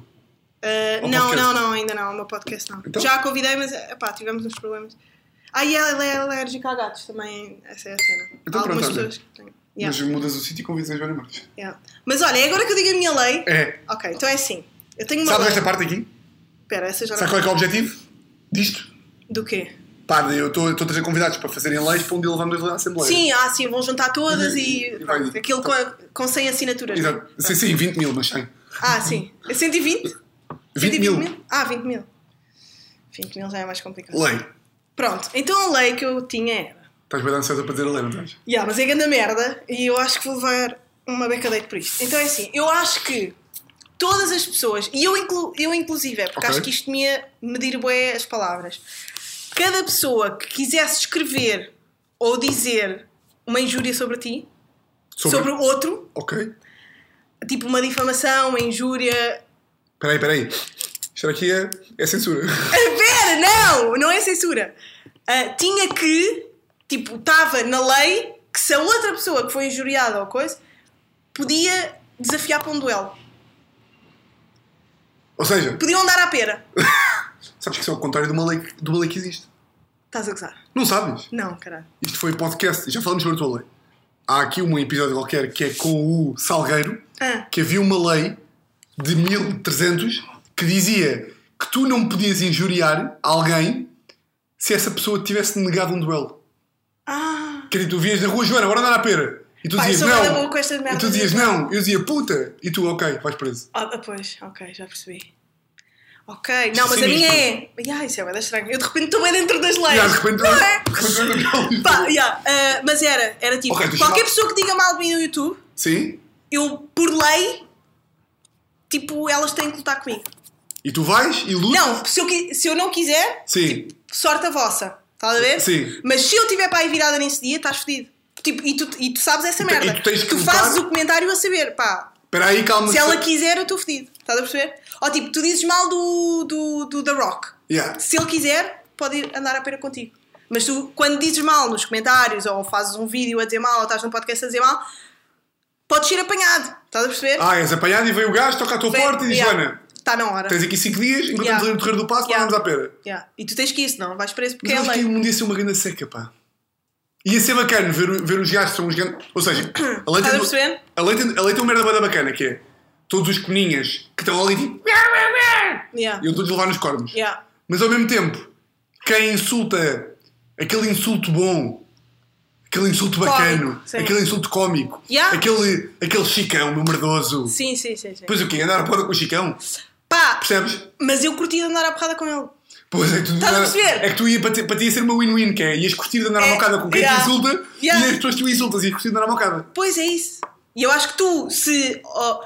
B: Uh,
A: Ao
B: não,
A: podcast?
B: não, não, ainda não, o meu podcast não.
A: Então?
B: Já a convidei, mas epá, tivemos eh, uns problemas. Ah, e ela é alérgica a gatos também, essa é a cena.
A: Então
B: Há Algumas
A: pronto, olha.
B: pessoas que têm. Yeah,
A: Mas mudas o sítio e convidas a Joana Marques.
B: yeah. Mas olha, é agora que eu digo a minha lei.
A: É.
B: Ok, então é assim. Eu tenho uma.
A: Sabes
B: lei-
A: esta parte aqui?
B: Espera, essa já
A: Sabe
B: não.
A: qual é que é o objetivo disto?
B: Do quê?
A: Pá, eu estou estou a trazer convidados para fazerem leis para um dia levamos a Assembleia.
B: Sim, ah, sim, vão juntar todas
A: E-
B: e.
A: e vai-
B: Pronto, aquilo com, com 100 assinaturas. né?
A: Exato. Sim, sim, 20 mil, mas 100.
B: Ah, sim. 120?
A: 20 mil.
B: Ah, 20 mil. 20 mil já é mais complicado.
A: Lei.
B: Pronto, então a lei que eu tinha era.
A: Estás bem ansiosa para dizer a lei, não estás?
B: Yeah, mas é grande merda e eu acho que vou levar uma becadeira por isto. Então é assim, eu acho que todas as pessoas, e eu, inclu, eu inclusive, é porque
A: Ok.
B: acho que isto me ia medir bem as palavras. Cada pessoa que quisesse escrever ou dizer uma injúria sobre ti,
A: Sobre-
B: sobre outro,
A: Ok.
B: tipo uma difamação, uma injúria,
A: Peraí, peraí. Isto aqui é, é censura.
B: Pera, não! Não é censura. Ah, tinha que, tipo, estava na lei que se a outra pessoa que foi injuriada ou coisa podia desafiar para um duelo.
A: Ou seja,
B: Podiam dar à pera.
A: sabes que isso é o contrário de uma lei, que- de uma lei que existe.
B: Estás a gozar?
A: Não sabes?
B: Não, caralho.
A: Isto foi podcast, já falamos sobre a tua lei. Há aqui um episódio qualquer que é com o Salgueiro,
B: Ah.
A: que havia uma lei de 1300 que dizia que tu não podias injuriar alguém se essa pessoa tivesse negado um duelo.
B: Ah.
A: Quer dizer, tu vias na rua, Joana, bora andar à pera. E tu
B: Pá,
A: dizias
B: eu sou bué
A: não.
B: boa com então. estas
A: E tu
B: merdas.
A: dizias não. Eu dizia puta. E tu, ok, vais preso.
B: Ah, ah, pois, ok, já percebi. Ok, não, mas a
A: Sinistro.
B: minha é. Ah, isso é bem estranho. Eu de repente estou bem dentro das leis.
A: E aí, de repente.
B: Não é?
A: de repente-
B: Pá, yeah, ah, mas era, era tipo,
A: Ok, tu
B: qualquer
A: chama-
B: pessoa que diga mal de mim no YouTube,
A: (laughs) Sim.
B: eu, por lei, tipo, elas têm que lutar comigo.
A: E tu vais e lutas.
B: Não, se eu, qui- se eu não quiser,
A: Sim.
B: sorte a vossa. Estás a ver?
A: Sim.
B: Mas se eu estiver para aí virada nesse dia, estás fodido. Tipo, e tu, e tu sabes essa
A: E tu-
B: merda.
A: e tu tens que lutar?
B: fazes o comentário a saber, pá.
A: Espera aí, calma.
B: Se ela quiser, eu estou fodido. Estás a perceber? Ou tipo, tu dizes mal do, do, do The Rock.
A: Yeah.
B: Se ele quiser, pode ir andar à pera contigo. Mas tu, quando dizes mal nos comentários, ou fazes um vídeo a dizer mal, ou estás num podcast a dizer mal, podes ser apanhado. Estás a perceber?
A: Ah, és apanhado e veio o gajo, toca à
B: Tá
A: tua porta e diz: Joana,
B: Está Tá na hora.
A: tens aqui 5 dias, encontramos
B: Yeah.
A: ali no terreiro do passo,
B: Yeah.
A: para vamos à pera.
B: Yeah. E tu tens que ir, senão vais preso porque
A: Mas eu acho
B: é
A: que
B: lei.
A: um dia ser uma grande seca, pá. Ia ser bacana ver, o- ver os gajos que são os grandes. Ou (coughs) seja, a lei,
B: Estás a
A: tem,
B: perceber?
A: a, lei tem, a lei tem uma merda bada bacana que é todos os coninhas que estão ali tipo,
B: Yeah.
A: iam todos levar nos cornos.
B: Yeah.
A: Mas ao mesmo tempo, quem insulta aquele insulto bom, aquele insulto
B: Cómico,
A: bacano,
B: sim.
A: aquele insulto cómico,
B: Yeah.
A: aquele, aquele chicão, meu merdoso.
B: Sim, sim, sim. sim.
A: Pois o quê? Andar a porra com o chicão?
B: Pá,
A: Percebes?
B: mas eu curti de andar à porrada com ele.
A: Pois é que tu,
B: Estás a perceber?
A: é que tu ia para ti, para ti ia ser uma win-win, que é ias curtir de andar à
B: É,
A: mocada com quem
B: yeah.
A: te insulta
B: Yeah.
A: e as pessoas que tu insultas ias curtir de andar à mocada.
B: Pois é isso. E eu acho que tu, se. ó,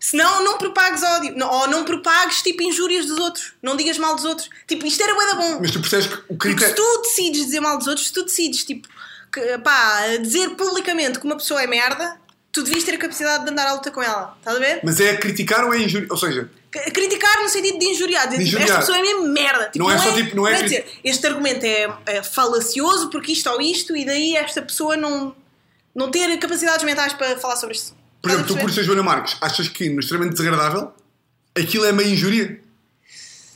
B: se não, não propagues ódio. Não, ou não propagues tipo injúrias dos outros. Não digas mal dos outros. Tipo, isto era bué da bom.
A: Mas tu percebes que o
B: Porque se
A: critério.
B: tu decides dizer mal dos outros, se tu decides, tipo, que, pá, dizer publicamente que uma pessoa é merda, tu devias ter a capacidade de andar à luta com ela. Estás a ver?
A: Mas é criticar ou é injúria? Ou seja,
B: C- Criticar no sentido de injuriar. Dizer,
A: De
B: tipo,
A: injuriar.
B: esta pessoa é mesmo merda. Tipo,
A: Não é só, tipo, não é cri-
B: dizer, este argumento é, é falacioso porque isto ou isto, e daí esta pessoa não, não ter capacidades mentais para falar sobre isto.
A: por exemplo, tu curtes a Joana Marques, achas que no extremamente desagradável aquilo é meio injúria?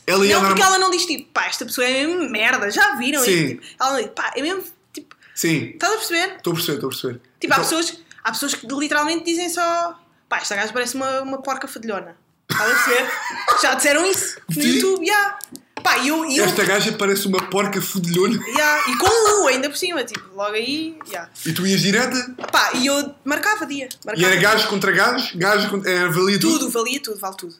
A: Ela ia
B: Não,
A: andar à
B: porque
A: mo-
B: ela não diz tipo, pá, esta pessoa é mesmo merda, já viram
A: Sim.
B: isto? Tipo, ela não diz, pá, é mesmo. Tipo,
A: Sim,
B: estás a perceber?
A: estou a perceber, estou a perceber.
B: Tipo, há
A: Então-
B: pessoas, há pessoas que literalmente dizem só, pá, esta gaja parece uma, uma porca fadilhona. Estás
A: (laughs)
B: a perceber? já disseram isso no
A: Sim.
B: YouTube, já. Pá, e eu. e eu-
A: Esta gaja parece uma porca fudelhona
B: Yeah, E com U ainda por cima, tipo, logo aí. Yeah.
A: e tu ias direta
B: Pá, e eu marcava dia. Marcava
A: e era
B: dia.
A: gajo contra gajo, gajo contra. Era valia tudo.
B: Tudo, valia tudo, vale tudo.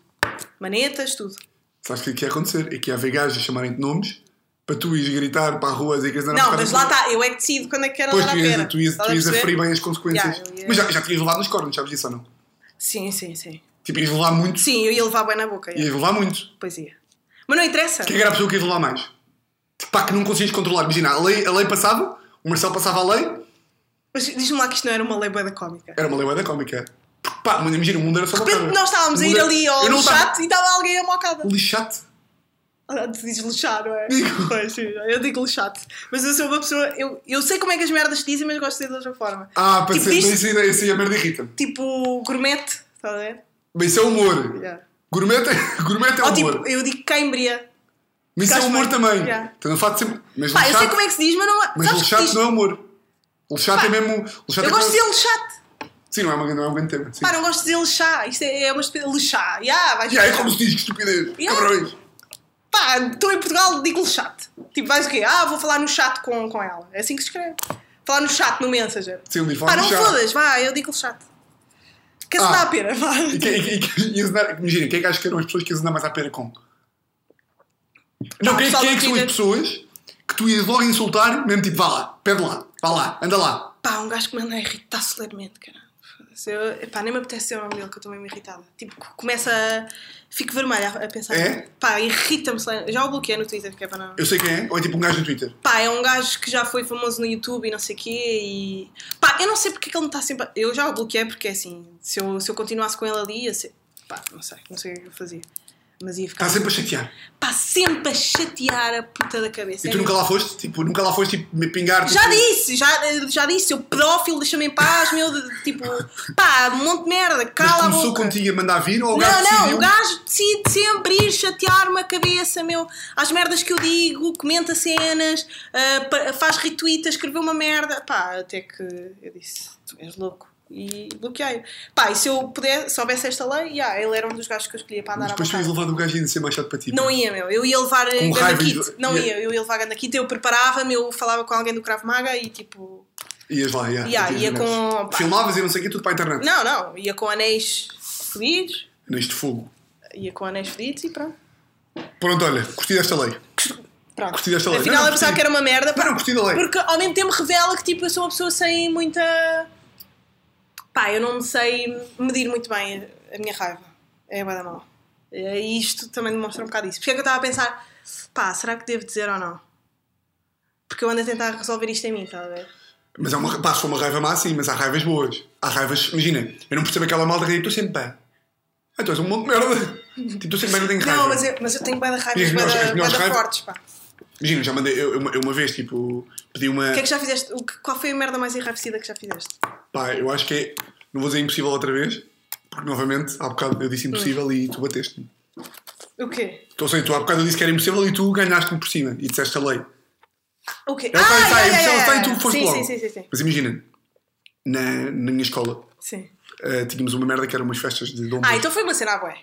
B: Manetas, tudo.
A: Sabes o que é que ia acontecer? É que ia haver gajos a chamarem-te nomes para tu ires gritar para a rua a dizer que és andar
B: não,
A: por causa
B: mas
A: da
B: lá
A: tua-
B: está, eu é que decido quando é que quero
A: um assim. Pois
B: andar
A: tu
B: à pera.
A: ias, tu ias,
B: Estás
A: tu
B: a
A: ias
B: perceber?
A: aferir bem as consequências.
B: Ya, eu ia-
A: Mas já, já tinhas levado nos cornos, sabes disso ou não?
B: Sim, sim, sim.
A: Tipo, ias levar muito.
B: Sim, eu ia levar bem na boca. Yeah.
A: Ias levar muito.
B: Pois ia. Mas não interessa.
A: Quem era a pessoa que ia levar mais? Tipo, pá, que não conseguias controlar. Imagina, a lei, a lei passava, o Marcelo passava a lei,
B: Mas diz-me lá que isto não era uma lei bué da cómica.
A: era uma lei bué da cómica. Porque, Pá, mas imagina, o mundo era só uma
B: De repente
A: câmara.
B: nós estávamos
A: O
B: a
A: mundo
B: ir
A: era-
B: ali ao
A: Eu não
B: lixado
A: estava-
B: e estava alguém a mocada.
A: Lixate.
B: Ah, Tu dizes lixar, não é?
A: Digo.
B: Pois, sim, eu digo lixado. Mas eu sou uma pessoa. Eu, eu sei como é que as merdas se dizem, mas gosto de dizer de outra forma.
A: Ah, para
B: Tipo,
A: ser
B: isto-
A: isso aí, isso aí a merda irrita-me.
B: Tipo gourmet, estás a ver?
A: Mas isso é humor.
B: Yeah.
A: Gourmet é, (laughs) gourmet é
B: Ou
A: humor.
B: tipo, eu digo Cambria.
A: Mas isso é
B: Ficaste
A: humor
B: bem.
A: também.
B: Yeah.
A: Então não faço sempre. Mas
B: Pá, eu sei
A: lixado-
B: como é que se diz, mas não.
A: mas
B: sabes que
A: lixado
B: diz?
A: não é humor. Lixado é
B: Pá,
A: mesmo. Lixado é
B: Eu gosto de um-
A: aquela-
B: dizer lixate.
A: Sim, não é, uma, não é um grande tema. Sim.
B: Pá, não gosto de dizer lixar. Isto é, é uma espécie. Lixar. Ya, vais.
A: Yeah, é como se diz, que estupidez.
B: Yeah.
A: Cabrões.
B: Pá, estou em Portugal, digo lixate. Tipo, vais o quê? Ah, vou falar no chat com, com ela. É assim que se escreve. Falar no chat, no Messenger.
A: Sim, diz, fala
B: Pá, não
A: lixado.
B: fodas, vá, eu digo lixate. Que se
A: Ah.
B: dá a pera, vá.
A: E que- e que- e que- e azenar- Imagina, quem é que acho que eram as pessoas que ias andar mais à pera com? Não, quem, é-
B: pessoal
A: quem é
B: do
A: que são as
B: Tinder.
A: pessoas que tu ias logo insultar, mesmo tipo, vá lá, pede lá, vá lá, anda lá.
B: Pá, um gajo que me anda a irritar solenemente, cara. Foda-se, Eu, pá, nem me apetece ser o nome dele, que eu estou mesmo irritada. Tipo, co- começa a... Fico vermelha a- a pensar.
A: É?
B: Pá, irrita-me solenemente. Já o bloqueei no Twitter, que é para não...
A: Eu sei quem é, ou é tipo um gajo no Twitter.
B: Pá, é um gajo que já foi famoso no YouTube e não sei o quê e... Pá, eu não sei porque é que ele não está sempre... a- Eu já o bloqueei porque, assim, se eu, se eu continuasse com ele ali, ia ser... Pá, não sei, não sei o que é que eu fazia. Mas ia
A: Está
B: ficar...
A: Tá sempre a chatear.
B: Pá, sempre a chatear a puta da cabeça.
A: E
B: é
A: tu nunca lá foste? Tipo, nunca lá foste tipo, me pingar?
B: Já
A: tipo,
B: disse, já, já disse, seu pedófilo, deixa-me em paz, meu, de- tipo, pá, um monte de merda,
A: Mas
B: cala a
A: começou
B: boca.
A: contigo a mandar vir ou o gajo
B: não, não,
A: decidiu?
B: o gajo decide sempre ir chatear-me a cabeça, meu, às merdas que eu digo, comenta cenas, ah, pa- faz retweet, escreveu uma merda, pá, até que eu disse, tu és louco. E bloqueei. Pá, e se eu pudesse, se houvesse esta lei, yeah, ele era um dos gajos que eu escolhia para andar
A: Mas
B: à
A: depois tu
B: vontade.
A: ias levar do gajo e ainda ser mais chato para ti.
B: Não ia, meu. Eu ia levar eh,
A: Com
B: ganda
A: raiva e-
B: kit. Não
A: ia-
B: ia, eu ia levar ganda kit. Eu preparava-me, eu falava com alguém do Krav Maga e tipo.
A: Ias lá, yeah,
B: Yeah,
A: ias
B: ia
A: lá.
B: com- pá.
A: Filmavas e não sei o que, tudo para a internet.
B: Não, não. Ia com anéis fedidos.
A: Neste fogo.
B: Ia com anéis fedidos e pronto.
A: Pronto, olha, curti desta lei.
B: Pronto.
A: Curti desta lei.
B: Afinal,
A: Não, não,
B: eu pensava
A: curti.
B: que era uma merda. pá,
A: Não, não, curti da lei.
B: Porque ao mesmo tempo revela que tipo, eu sou uma pessoa sem muita. Pá, eu não me sei medir muito bem a- a minha raiva. É bué da mal. E isto também demonstra um bocado isso. Porque é que eu estava a pensar, pá, será que devo dizer ou não? Porque eu ando a tentar resolver isto em mim, estás a ver?
A: Mas é uma, pá, se for uma raiva má, sim, mas há raivas boas. Há raivas, imagina, eu não percebo aquela malta que diz, estou sempre bem. Ah, tu és um monte de merda. (laughs) Tipo, estou sempre bem, não tenho raiva.
B: Não, mas eu, mas eu tenho bué da raiva,
A: Diz-me,
B: bué
A: nós-
B: da-
A: as melhores
B: bué da
A: raivas-
B: fortes, pá.
A: Imagina, já mandei, eu, eu uma- eu uma vez, tipo, pedi uma.
B: O que é que já fizeste? O que- qual foi a merda mais enraivecida que já fizeste?
A: Pá, eu acho que é. Não vou dizer impossível outra vez, porque novamente, há bocado eu disse impossível
B: Hum.
A: e tu bateste-me.
B: O quê?
A: Então, sei, tu há bocado eu disse que era impossível e tu ganhaste-me por cima e disseste a lei.
B: O quê? Ah,
A: Ela está, está,
B: ai, ai,
A: ela está
B: ai,
A: e tu
B: ai.
A: foste
B: sim,
A: logo.
B: Sim, sim, sim, sim.
A: Mas imagina, na, na minha escola
B: Sim.
A: eh, tínhamos uma merda que eram umas festas de Dom
B: Ah,
A: Pedro.
B: então foi uma cena à bué.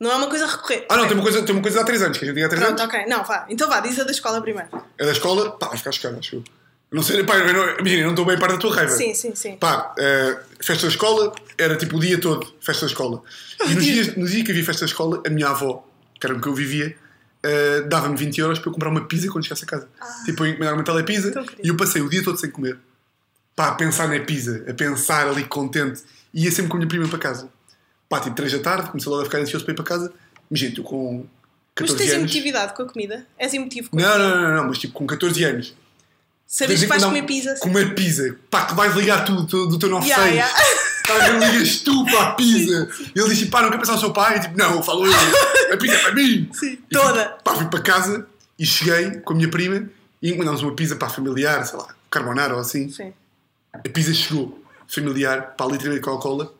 B: Não é uma coisa recorrente.
A: Ah, é? não, tem
B: Ok.
A: uma coisa, tem uma coisa de há 3 anos, que a gente diga há 3 anos.
B: Pronto, ok. Não, vá. Então vá, diz a da escola primeiro.
A: É da escola, pá, vai ficar chocado, acho eu. Não sei, pá, eu não, imagina, eu não estou bem a par da tua raiva.
B: Sim, sim, sim.
A: Pá, eh, festa da escola era tipo o dia todo, festa da escola. E
B: (laughs)
A: nos dias, no dia que havia festa da escola, a minha avó, que era onde eu vivia, eh, dava-me 20 euros para eu comprar uma pizza quando chegasse a casa.
B: Ah.
A: Tipo, eu ia encomendar uma telepizza
B: Tão querido.
A: e eu passei o dia todo sem comer. Pá, a pensar na pizza, a pensar ali contente. E ia sempre com a minha prima para casa. Pá, tipo 3 da tarde, comecei logo a ficar ansioso para ir para casa. Imagina, tu com
B: Mas
A: 14
B: tu tens
A: anos.
B: emotividade com a comida? És emotivo com a
A: Não,
B: comida?
A: não, não, não, mas tipo com 14 anos.
B: Sabias que vais comer pizza?
A: Comer pizza. Pá, que vais ligar tu tu- do teu 9
B: Assim. Yeah,
A: (laughs)
B: yeah.
A: Estás a ver, ligas tu para a pizza. E ele disse, pá, não quer pensar no seu pai? E tipo, não, falou eu. A pizza é para mim.
B: (laughs) Sim,
A: E, tipo,
B: toda.
A: Pá, fui para casa e cheguei com a minha prima e encomendámos uma pizza para a familiar, sei lá, carbonara ou assim.
B: Sim.
A: A pizza chegou familiar para a literaria de Coca-Cola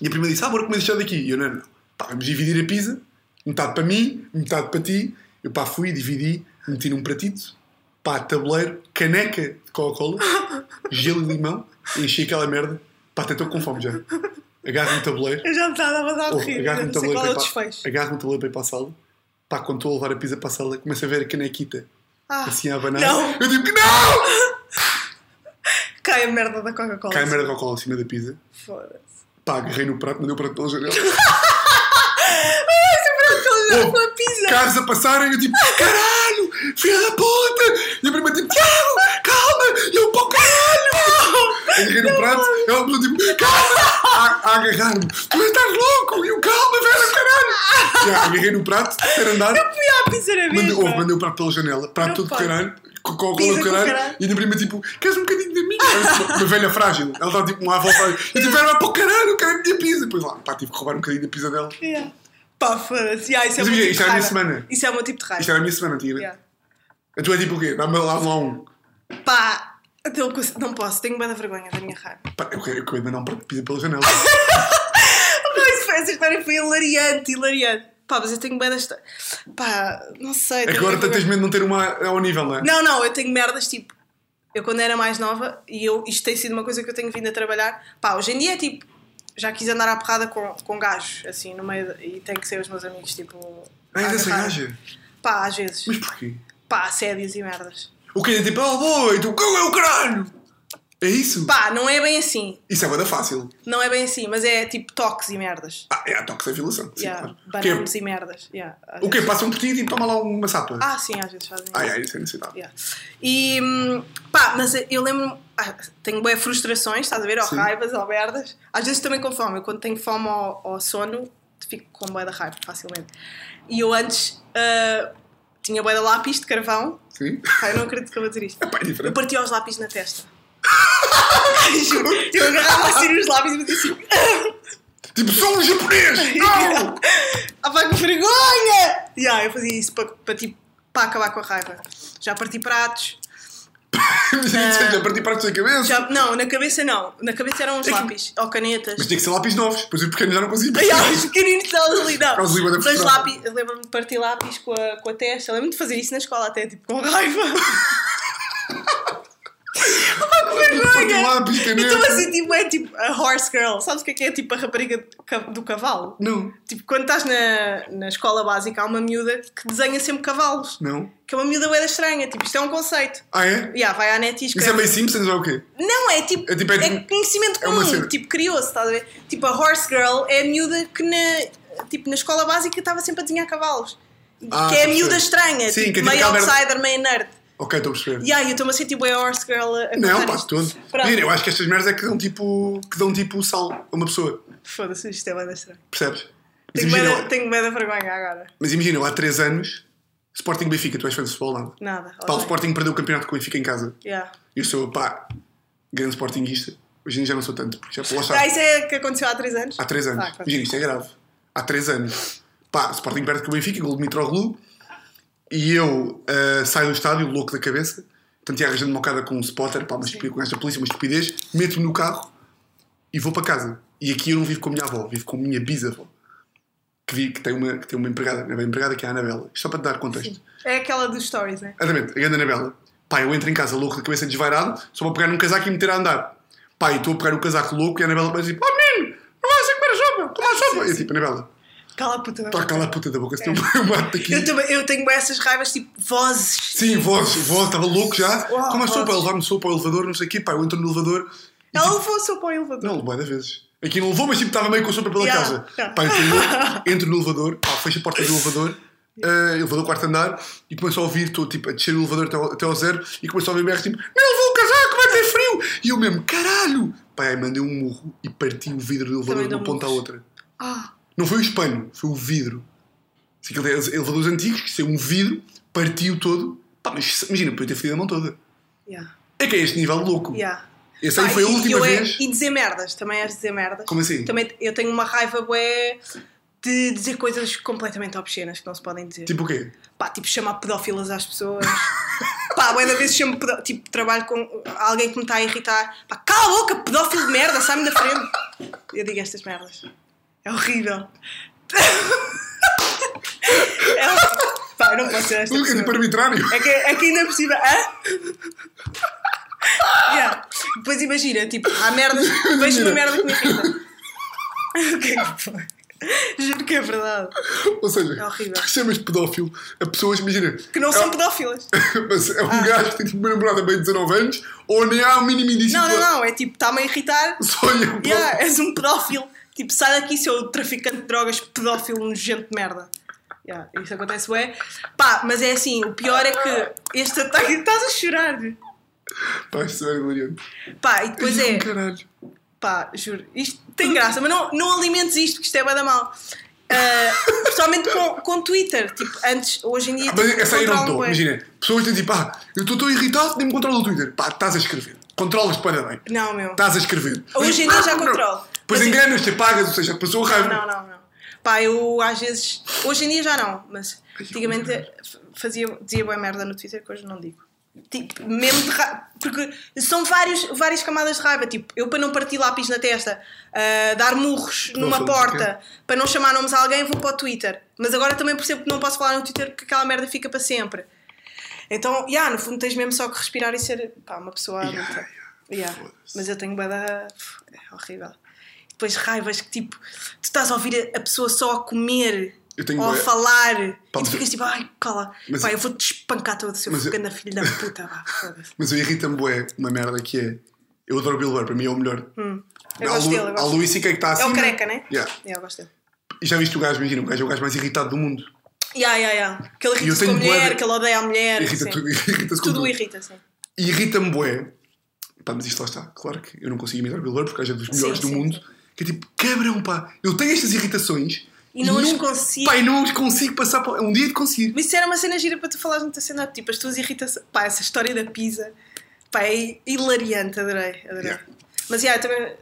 A: e a prima disse: Ah, bora comer isto daqui. E eu: Não, não, não. Pá, vamos dividir a pizza, metade para mim, metade para ti. Eu pá, fui, dividi, meti num pratito, pá, tabuleiro, caneca de Coca-Cola,
B: (laughs)
A: gelo e limão, enchi aquela merda, pá, até estou com fome já. Agarro um tabuleiro,
B: Eu já me estava a dar a
A: ouve,
B: rir.
A: agarro um
B: Não sei
A: tabuleiro
B: qual é
A: para
B: o
A: ir para-
B: desfecho.
A: agarro um tabuleiro para ir para a sala, pá, quando estou a levar a pizza para a sala, começo a ver a canequita
B: Ah,
A: assim a abanar.
B: Não.
A: Eu digo: Não!
B: cai a merda da Coca-Cola.
A: Cai a merda de Coca-Cola acima da pizza.
B: Foda-se.
A: Pá, agarrei no prato, mandei o prato pela janela. (laughs)
B: Aquele
A: Ouve,
B: com a pizza.
A: Carros a passarem, eu tipo, caralho, filha da puta! E a prima tipo, Tiago, calma! E eu, pô,
B: (laughs)
A: caralho! Agarrei no prato, ela falou tipo, calma! A, a agarrar-me, tu estás louco! E eu, calma, velho, caralho! E eu, agarrei no prato, terceiro andar,
B: Fui à pizza na
A: mandei, oh,
B: mesma.
A: mandei o prato pela janela,
B: Não
A: prato todo
B: pode.
A: caralho, com cola
B: Pisa
A: do
B: com
A: caralho,
B: caralho.
A: e a minha prima tipo, queres um bocadinho da minha? Era Uma, uma velha frágil, ela estava tipo, uma avó frágil, e tipo, era pô, caralho, eu quero a minha pizza! E depois lá, pá, tive que roubar um bocadinho da pizza dela.
B: Yeah. Pá, foda-se. Yeah, isso é
A: Mas
B: o meu
A: imagina,
B: tipo
A: isto
B: de
A: era a minha
B: raiva.
A: semana.
B: Isso é o meu tipo de raiva.
A: Isto era a minha semana antiga.
B: Yeah.
A: A tua é tipo o quê? Dá-me lá lá um.
B: Pá, não cons- não posso. Tenho bem vergonha da minha raiva. (laughs)
A: Pá, eu quero eu quero mandar um prato de pizza pela janela.
B: Pá, isso foi- Essa história foi hilariante, hilariante. Pá, mas eu tenho merdas. ta- Pá, não sei. tenho
A: Agora
B: merda-
A: tens medo de não ter uma ao nível, não é?
B: Não, não, eu tenho merdas tipo. Eu quando era mais nova, e eu, isto tem sido uma coisa que eu tenho vindo a trabalhar. Pá, hoje em dia é tipo. Já quis andar à porrada com, com gajos, assim, no meio. de- E tem que ser os meus amigos, tipo.
A: Ah, Ainda
B: à
A: sem
B: agarrar.
A: gaja.
B: Pá, às vezes.
A: Mas porquê?
B: Pá, assédios e merdas.
A: O que é tipo, oh boi, tu cão é o caralho! É isso?
B: Pá, não é bem assim.
A: Isso é bada fácil.
B: Não é bem assim, mas é tipo toques e merdas.
A: Ah, é, toques é violação. Sim,
B: Yeah,
A: claro. O quê?
B: bananas e merdas. Yeah, às
A: O quê?
B: vezes.
A: Passam por ti e tipo, toma lá uma sapa.
B: Ah, sim, às vezes fazem
A: Ai,
B: isso.
A: ai, isso é necessidade.
B: Yeah. E hum, pá, mas eu lembro-me, ah, tenho boas frustrações, estás a ver? Ou
A: Sim.
B: raivas, ou merdas. Às vezes também com fome. Eu quando tenho fome ou, ou sono, fico com boia da raiva facilmente. E eu antes ah, tinha boia de lápis de carvão.
A: Sim? (laughs)
B: Pá, eu não acredito que eu vou dizer isto.
A: É pá, é
B: Eu
A: diferente.
B: partia os lápis na testa. Juro, eu agarrava assim os lápis e fazia assim.
A: (laughs) Tipo, sou um
B: (laughs)
A: japonês! (laughs) Não!
B: Ah, pá, que vergonha! Yeah, eu fazia isso para, para, tipo, para acabar com a raiva. Já parti pratos.
A: Imagina que seja, partir para a tua cabeça.
B: Ah. Já, não, na cabeça não. Na cabeça eram os
A: É que-
B: lápis ou canetas.
A: Mas tinha que ser lápis novos, pois os pequenos já não consigo.
B: (laughs) Ai, ai, (laughs) os pequeninos estavam ali, não.
A: Causa língua da
B: Mas
A: frustrada.
B: lápis, eu lembro-me de partir lápis com a, com a testa. Eu Lembro-me de fazer isso na escola até, tipo, com raiva. Ah, que
A: Partir
B: vergonha!
A: um lápis,
B: Eu estou
A: caneta.
B: assim, tipo, é tipo a horse girl. Sabes o que é que é, tipo, a rapariga do ca- do cavalo?
A: Não,
B: Tipo, quando estás na, na escola básica, há uma miúda que desenha sempre cavalos.
A: não.
B: Que é uma miúda bué da estranha. Tipo, isto é um conceito.
A: Ah, é?
B: Yeah, vai à net e escreve.
A: Isso é meio Simpsons ou o quê?
B: Não, é tipo.
A: É
B: É,
A: tipo, é tipo-
B: conhecimento
A: é uma
B: comum.
A: cena.
B: tipo, criou-se, estás a ver? Tipo, a Horse Girl é a miúda que na, tipo, na escola básica estava sempre a desenhar cavalos.
A: Ah,
B: que é a
A: estou a
B: miúda
A: perceber.
B: estranha.
A: Sim,
B: tipo,
A: que é tipo
B: meio
A: aquela merda-
B: outsider, meio nerd.
A: Ok, estou a perceber.
B: E aí, eu estou-me a sentir tipo, é a Horse Girl a, a
A: Não,
B: contar
A: pá,
B: isto.
A: tudo.
B: Pronto.
A: Menina, eu acho que estas merdas é que dão tipo, que dão tipo sal a uma pessoa,
B: Foda-se, isto é banda estranha.
A: percebes? Mas
B: Tenho medo,
A: imagina,
B: tenho medo da vergonha agora.
A: mas imagina, eu há 3 anos, Sporting Benfica, tu és fã de futebol, nada.
B: Nada.
A: Pá, o
B: odeio.
A: Sporting perdeu o campeonato com o Benfica em casa.
B: Yeah.
A: Eu sou, pá, grande Sportingista. Hoje em dia já não sou tanto, porque já lá está.
B: Ah, isso é que aconteceu há 3 anos?
A: Há 3 anos.
B: Ah, claro.
A: Imagina, isto é grave. Há 3 anos. Pá, o Sporting perde com o Benfica, gol de Mitroglou. E eu ah, saio do estádio, louco da cabeça. Portanto, ia arranjando uma bocada com um spotter, pá, uma estupidez, com esta polícia, uma estupidez. Meto-me no carro e vou para casa. E aqui eu não vivo com a minha avó, vivo com a minha bisavó. Que, vi, que, tem, uma, que tem uma empregada, uma empregada que é a Anabela. Isto só para te dar contexto.
B: É aquela dos stories, né?
A: Exatamente, a grande Anabela. Pá, eu entro em casa louco, de cabeça desvairado, só vou pegar num casaco e meter a andar. Pá, e estou a pegar o casaco louco e a Anabela vai tipo, oh menino, não vais a comer a sopa, toma a sopa. E eu tipo, Anabela,
B: Cala a puta da
A: toca lá a puta da boca, se (laughs) eu mato Tá aqui.
B: É. Eu, também, eu tenho bué essas raivas tipo vozes.
A: Sim, voz, voz, estava louco já,
B: Uau,
A: toma a sopa,
B: voz.
A: ele vai-me sopa ao elevador, não sei o quê, pá, eu entro no elevador. E,
B: Ela
A: tipo,
B: levou-se para o elevador.
A: não, levou da vezes. Aqui não levou, mas tipo, estava meio com a sopa pela
B: Yeah,
A: casa.
B: yeah.
A: Pá, eu entro, louco,
B: (laughs)
A: entro no elevador, pá, fecho a porta do elevador, eh, elevador quarto andar, e começo a ouvir, estou tipo a descer o elevador até ao, até ao zero, e começo a ouvir berros tipo, não levou o casaco, vai ter frio! E eu mesmo, caralho! Pá, aí mandei um murro e parti o vidro do elevador
B: Também
A: de
B: dou
A: uma ponta à
B: murros.
A: outra.
B: Ah,
A: Não foi o espelho, foi o vidro. Assim, aqueles elevadores antigos, que saiu um vidro, partiu todo. Pá, mas imagina, podia ter fedido a mão toda.
B: yeah,
A: É que é este nível louco.
B: yeah.
A: Esse aí
B: Pá,
A: foi a
B: e- e
A: última
B: eu é-
A: vez.
B: e dizer merdas, também és dizer merdas.
A: Como assim?
B: Também eu tenho uma raiva bué de dizer coisas completamente obscenas que não se podem dizer. Tipo,
A: Tipo o quê?
B: Pá, tipo chamar pedófilas às pessoas. (laughs) Pá, bué da vez chamo pedó... Tipo, trabalho com alguém que me está a irritar. Pá, cala a boca, pedófilo de merda, sai-me da frente. Eu digo estas merdas. É horrível. (laughs) é horrível. Pá, eu não posso ser esta
A: Nunca
B: pessoa.
A: tipo arbitrário.
B: É que, é que ainda é possível. Hã? Yeah. Depois imagina, tipo, há (laughs) merdas. Vejo uma merda que me irrita. O que é que foi? Juro que é verdade.
A: (laughs) Ou seja,
B: É horrível.
A: tu chamas de pedófilo a pessoas, imagina. é um-
B: Que não são Ah. pedófilas.
A: (laughs) Mas é um gajo que tem tipo uma namorada bem 19 anos, ou nem há o mínimo indício
B: Não,
A: de-
B: não, não. É tipo, está-me a irritar.
A: Só olha para-
B: Yeah, és um pedófilo. Tipo, sai daqui, seu traficante de drogas, pedófilo, nojento de merda. Yeah, isso acontece, ué. Pá, mas é assim, o pior é que este ataque. Estás a chorar.
A: Pá, isso é hilariante.
B: Pá, e depois
A: Ai,
B: é.
A: Caralho.
B: Pá, juro, isto
A: (laughs)
B: tem graça, mas não, não alimentes isto, porque isto é bada mal. (laughs) Uh, principalmente com, com Twitter, tipo, antes, hoje em dia.
A: Mas
B: tipo,
A: essa aí eu não
B: controlam
A: estou.
B: bué.
A: Imagina, pessoas dizem tipo, ah, eu estou tão irritado, nem me controlo o Twitter. Pá, estás a escrever. Controlas-te para bem.
B: Não, meu.
A: Estás a escrever.
B: Hoje em dia já controlo.
A: Pois
B: Mas- é-
A: enganas-te, apagas, ou seja, passou a raiva.
B: Não, não, não. Pá, eu às vezes. Hoje em dia já não, mas antigamente fazia, dizia boa merda no Twitter que hoje não digo. Tipo, mesmo de ra... Porque são vários, várias camadas de raiva. Tipo, eu para não partir lápis na testa, ah, dar murros
A: Não
B: numa
A: sei, não sei
B: porta, para não chamar nomes a alguém, vou para o Twitter. Mas agora também percebo que não posso falar no Twitter porque aquela merda fica para sempre. Então, yeah, no fundo tens mesmo só que respirar e ser pá, uma pessoa
A: Yeah,
B: adulta.
A: yeah.
B: Yeah.
A: Foda-se.
B: Mas eu tenho bada. É horrível. Depois raivas que tipo, tu estás a ouvir a a pessoa só a comer
A: Eu tenho
B: ou a
A: bué.
B: falar
A: Pá, mas
B: e tu
A: eu-
B: ficas tipo, ai, cala,
A: Mas
B: pá,
A: eu-
B: eu vou-te espancar todo seu
A: Mas eu-
B: pequeno filho da puta, vá, foda-se.
A: Mas eu irrita-me bué uma merda que é. Eu adoro Bill Burr, para mim é o melhor.
B: Hum. Eu
A: Há
B: gosto
A: Lu-
B: dele, eu
A: há
B: gosto.
A: Luís e quem é que está
B: É
A: assim?
B: o careca, né?
A: Yeah.
B: É, eu gosto dele.
A: E já viste o gajo, imagina, o gajo é o gajo mais irritado do mundo.
B: Yeah, yeah, yeah. Que ele
A: E eu
B: irrita-se
A: tenho
B: com a mulher,
A: bué de-
B: que ele odeia a mulher.
A: Irrita
B: É, sim.
A: tudo, (laughs) irrita-se com
B: Tudo
A: tudo.
B: irrita, sim.
A: E Irrita-me bué. Pá, mas isto lá está. Claro que eu não consigo imitar o Bill Burr porque o gajo é dos melhores
B: Sim,
A: do
B: sim,
A: mundo.
B: sim.
A: Que é tipo, cabrão, pá. Eu tenho estas irritações.
B: E não as
A: nunca-
B: consigo.
A: Pá, e não as consigo passar para... Um dia de conseguir.
B: Mas isso era uma cena gira para tu falares no teu stand-up. Tipo, as tuas irritações. Pá, essa história da pizza. Pá, é hilariante. Adorei, adorei.
A: Yeah.
B: Mas, yeah, eu também...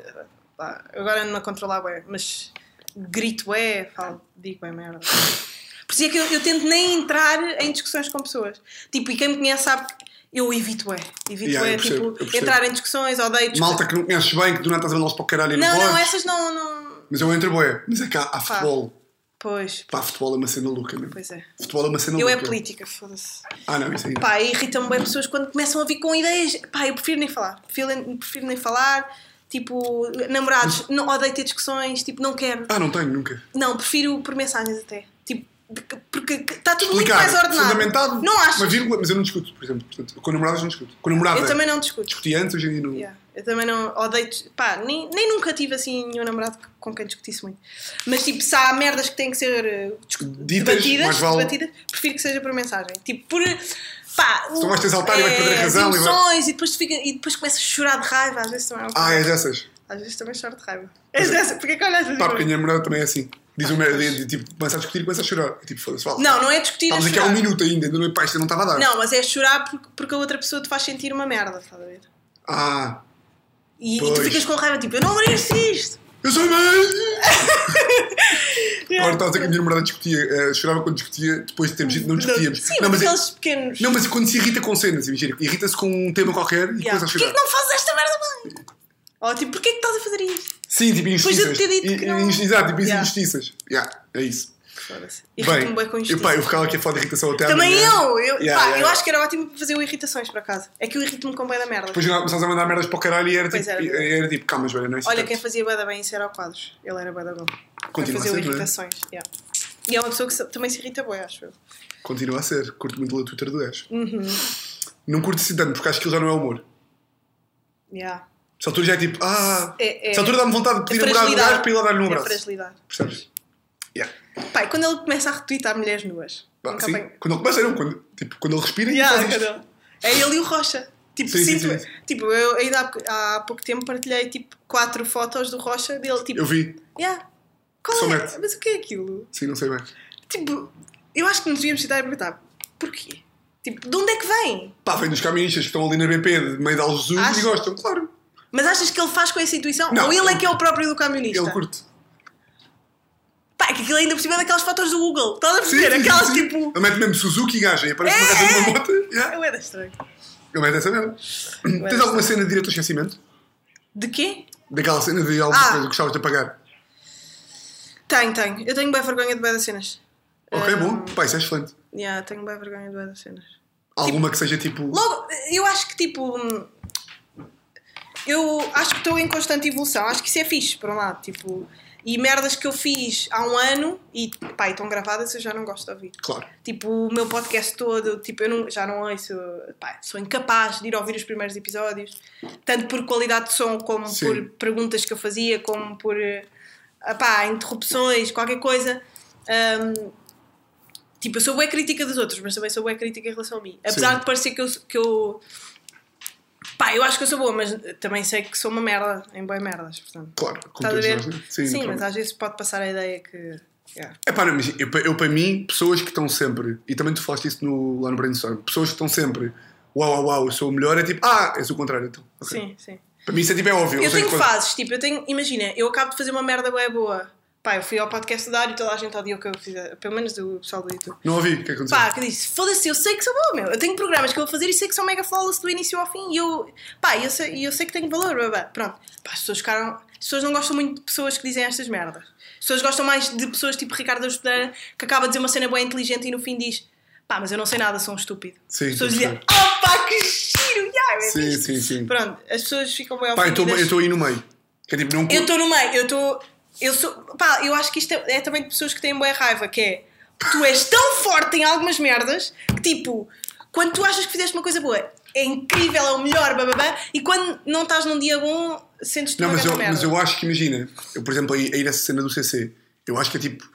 B: Pá, agora ando-me a controlar, ué. Mas grito, é falo, digo, é merda. Por isso é que eu, eu tento nem entrar em discussões com pessoas. Tipo, e quem me conhece sabe que eu evito, é. Evito,
A: Yeah,
B: é,
A: eu percebo, eu
B: tipo,
A: percebo.
B: entrar em discussões, odeio discussões.
A: Malta que não conheces bem, que do nada estás a mandá-los para o caralho e não,
B: Não, não, é.
A: podes.
B: essas não... não...
A: Mas eu entro bué. Mas é que há, há futebol.
B: Pois,
A: Pá, futebol é uma cena louca mesmo.
B: pois é.
A: Futebol é uma cena
B: Eu é
A: louca.
B: política, foda-se.
A: Ah, não, isso ainda.
B: Pá, irritam-me bem pessoas quando começam a vir com ideias. Pá, eu prefiro nem falar. Prefiro, prefiro nem falar. Tipo, namorados, não odeio ter discussões. Tipo, não quero.
A: Ah, não tenho, nunca.
B: Não, prefiro por mensagens até. Tipo, de- porque está tudo muito
A: Explicar,
B: mais ordenado.
A: fundamentado.
B: Não acho.
A: Uma vírgula, mas eu não discuto, por exemplo. Portanto, com namoradas não discuto. Com namorada.
B: Eu também não discuto.
A: Discuti antes, hoje em dia não.
B: Yeah, Eu também não odeio. Pá, nem, nem nunca tive assim nenhum namorado com quem discutisse muito. Mas tipo, se há merdas que têm que ser eh, discu-
A: Ditas,
B: debatidas,
A: mais vale.
B: debatidas, prefiro que seja por mensagem. Tipo, por. Pá,
A: tu vais te exaltar e vais perder a razão
B: as
A: e vai-
B: emoções e, depois tu fica, e depois começas a chorar de raiva. Às vezes também é uma
A: Ah,
B: coisa.
A: é dessas.
B: Às vezes também choro de raiva. És dessa? Porquê que olhas assim?
A: Pá, porque a minha namorada também é assim. Diz uma merda de tipo, começa a discutir e começa a chorar. É tipo, foda-se, fala.
B: Não, não é discutir. É
A: Estávamos aqui há
B: chorar.
A: um minuto ainda, ainda não, pá, isto não estava a dar.
B: Não, mas é chorar porque, porque a outra pessoa te faz sentir uma merda, estás a ver?
A: Ah,
B: E, e tu
A: Pois.
B: ficas com raiva, tipo, eu não mereço isto!
A: eu sou mãe! Agora então estava a dizer que a minha namorada discutia, eh, chorava quando discutia, depois de termos dito, não discutíamos.
B: Sim,
A: não,
B: mas
A: mas, é-
B: aqueles pequenos.
A: não, mas é quando se irrita com cenas, imagina, irrita-se com um tema qualquer e
B: Yeah.
A: começa a
B: Porquê
A: chorar.
B: que não fazes esta merda bem? Ó, tipo, porquê que estás a fazer isto?
A: Sim, tipo injustiças.
B: Depois de ter dito que não-
A: Injusti- Exato, tipo
B: Yeah.
A: injustiças. Yeah, é isso.
B: Irrita-me bem com
A: eu,
B: isto.
A: pá, eu ficava aqui a falar de irritação até
B: Também
A: amanhã.
B: eu!
A: Yeah,
B: eu pá,
A: yeah,
B: eu
A: yeah.
B: acho que era ótimo fazer o irritações, por acaso. É que eu irrito-me com bem da merda.
A: Depois começámos a mandar merdas para o caralho e era
B: Pois
A: tipo,
B: era,
A: era, tipo calma, Joana, não é isso.
B: Olha, quem fazia bada bem isso era o Quadros. Ele era bada bom.
A: Continua
B: a fazer
A: a ser, não
B: o
A: é?
B: irritações. yeah. E é uma pessoa que se- também se irrita bem, acho eu. Uhum,
A: Continua a ser. Curto muito o Twitter do gajo. Não curto assim tanto, porque acho que ele já não é humor.
B: Yeah.
A: Essa altura já é tipo, ah.
B: É- é-
A: Essa altura dá-me vontade de pedir a namorada do
B: fragilidade.
A: gajo para ir lá dar-lhe um
B: É
A: abraço.
B: fragilidade.
A: Percebes? Yeah.
B: Pá, e quando ele começa a retweetar mulheres nuas.
A: Pá,
B: Nunca
A: sim.
B: apanho-
A: Quando ele começa, não. Quando, tipo, quando ele respira
B: Yeah,
A: e faz isto.
B: cadê? É ele e o Rocha. Tipo,
A: Sim, sim,
B: sinto-
A: sim.
B: tipo eu ainda há, pou- há pouco tempo partilhei tipo quatro fotos do Rocha dele. Tipo,
A: Eu vi.
B: yeah, qual
A: Só
B: é?
A: mete.
B: Mas o que é aquilo?
A: Sim, não sei bem.
B: Tipo, eu acho que nos devíamos citar a perguntar porquê? Tipo, de onde é que vem?
A: Pá, vem dos caministas que estão ali na BP de meio de Algesur
B: Acho-
A: e gostam, claro.
B: Mas achas que ele faz com essa intuição?
A: Não,
B: Ou ele é
A: ele-
B: que é o próprio do camionista?
A: Ele curte.
B: Pá, que aquilo ainda por cima é daquelas fotos do Google. Estás a
A: Sim,
B: perceber?
A: sim,
B: Aquelas
A: sim.
B: tipo.
A: Ele mete mesmo Suzuki e gajo, e aparece uma
B: É,
A: gaja
B: é.
A: numa moto. Yeah.
B: Eu era estranho.
A: Ele mete essa merda. Tens alguma cena de direito ao esquecimento?
B: De quê?
A: Daquela cena de alguma
B: Ah.
A: coisa que gostavas de apagar?
B: Tenho, tenho. Eu tenho bem vergonha de bué das cenas.
A: Ok,
B: Ah,
A: bom. Pá, isso é excelente.
B: Yeah, tenho bem vergonha de bué das cenas.
A: Alguma que seja tipo.
B: Logo, eu acho que tipo. hum, Eu acho que estou em constante evolução. Acho que isso é fixe, por um lado. Tipo, e merdas que eu fiz há um ano e, pá, e estão gravadas, eu já não gosto de ouvir.
A: Claro.
B: Tipo, o meu podcast todo, tipo, eu não- já não ouço. Pá, sou incapaz de ir ouvir os primeiros episódios, tanto por qualidade de som, como
A: Sim.
B: por perguntas que eu fazia, como por eh, ah pá, interrupções, qualquer coisa. Ahm, tipo, eu sou boa crítica dos outros, mas também sou boa crítica em relação a mim. Apesar
A: Sim.
B: de parecer que eu, que eu. Pá, eu acho que eu sou boa, mas também sei que sou uma merda em boa merdas, portanto.
A: Claro, como
B: Estás a
A: todos
B: ver?
A: nós, né?
B: Sim, mas
A: naturalmente.
B: às vezes pode passar a ideia que. yeah.
A: É pá, não, mas eu, pa- eu para mim, pessoas que estão sempre, e também tu falaste isso no, lá no Brainstorm, pessoas que estão sempre, uau, uau, uau, eu sou o melhor, é tipo, ah, és o contrário, então. Ok.
B: Sim, sim.
A: Para mim isso é tipo, é óbvio.
B: Eu
A: sei
B: tenho
A: quando-
B: fases, tipo, eu tenho, imagina, eu acabo de fazer uma merda bué boa. Pá, Pá, eu fui ao podcast do Dário e toda a gente odiou o que eu fiz, pelo menos o pessoal do YouTube.
A: Não ouvi o que aconteceu.
B: Pá, que disse, foda-se, eu sei que sou boa, meu. Eu tenho programas que eu vou fazer e sei que são mega flawless do início ao fim e eu, pá, eu sei, e eu sei que tenho valor, blá, blá. Pronto. Pá, as pessoas ficaram, as pessoas não gostam muito de pessoas que dizem estas merdas. As pessoas gostam mais de pessoas tipo Ricardo Ajudeira, que acaba de dizer uma cena boa inteligente e no fim diz, pá, mas eu não sei nada, sou um estúpido.
A: Sim,
B: as pessoas
A: estou a
B: dizem, oh pá, que giro, yeah, é
A: Sim,
B: isto."
A: sim, sim.
B: Pronto, as pessoas ficam bem
A: Pá, eu
B: ofendidas.
A: estou aí no meio. Que é tipo, não
B: Eu estou no meio, eu estou. Eu sou. Pá, eu acho que isto é, é também de pessoas que têm boa raiva, que é. Tu és tão forte em algumas merdas que tipo, quando tu achas que fizeste uma coisa boa, é incrível, é o melhor, bababá, e quando não estás num dia bom, sentes-te
A: Não,
B: uma
A: mas eu,
B: grande merda.
A: mas eu acho que, imagina, eu, por exemplo, aí, aí nessa cena do CC, eu acho que é tipo,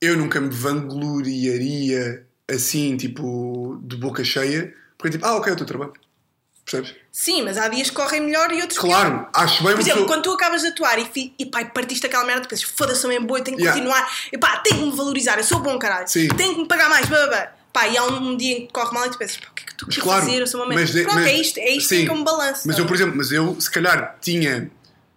A: eu nunca me vangloriaria assim, tipo, de boca cheia, porque é tipo, ah, ok, eu teu trabalho. Percebes?
B: Sim, mas há dias que correm melhor e outros. pior.
A: Claro, acho bem
B: Por
A: uma
B: exemplo,
A: pessoa.
B: quando tu acabas de atuar e, fi, e pá, e partiste aquela merda, tu pensas, foda-se, eu mesmo boa, eu tenho que
A: Yeah.
B: continuar, e pá, tenho que me valorizar, eu sou bom, caralho,
A: Sim.
B: tenho que me pagar mais, babá. Pá, e há um, dia em que corre mal e tu pensas, pá, o que é que tu
A: Mas
B: queres
A: claro,
B: fazer? Eu sou uma merda.
A: mas de-
B: Pronto,
A: mas-
B: é isto, é isto
A: sim.
B: que é um balanço.
A: Mas eu,
B: tá?
A: por exemplo, mas eu se calhar tinha,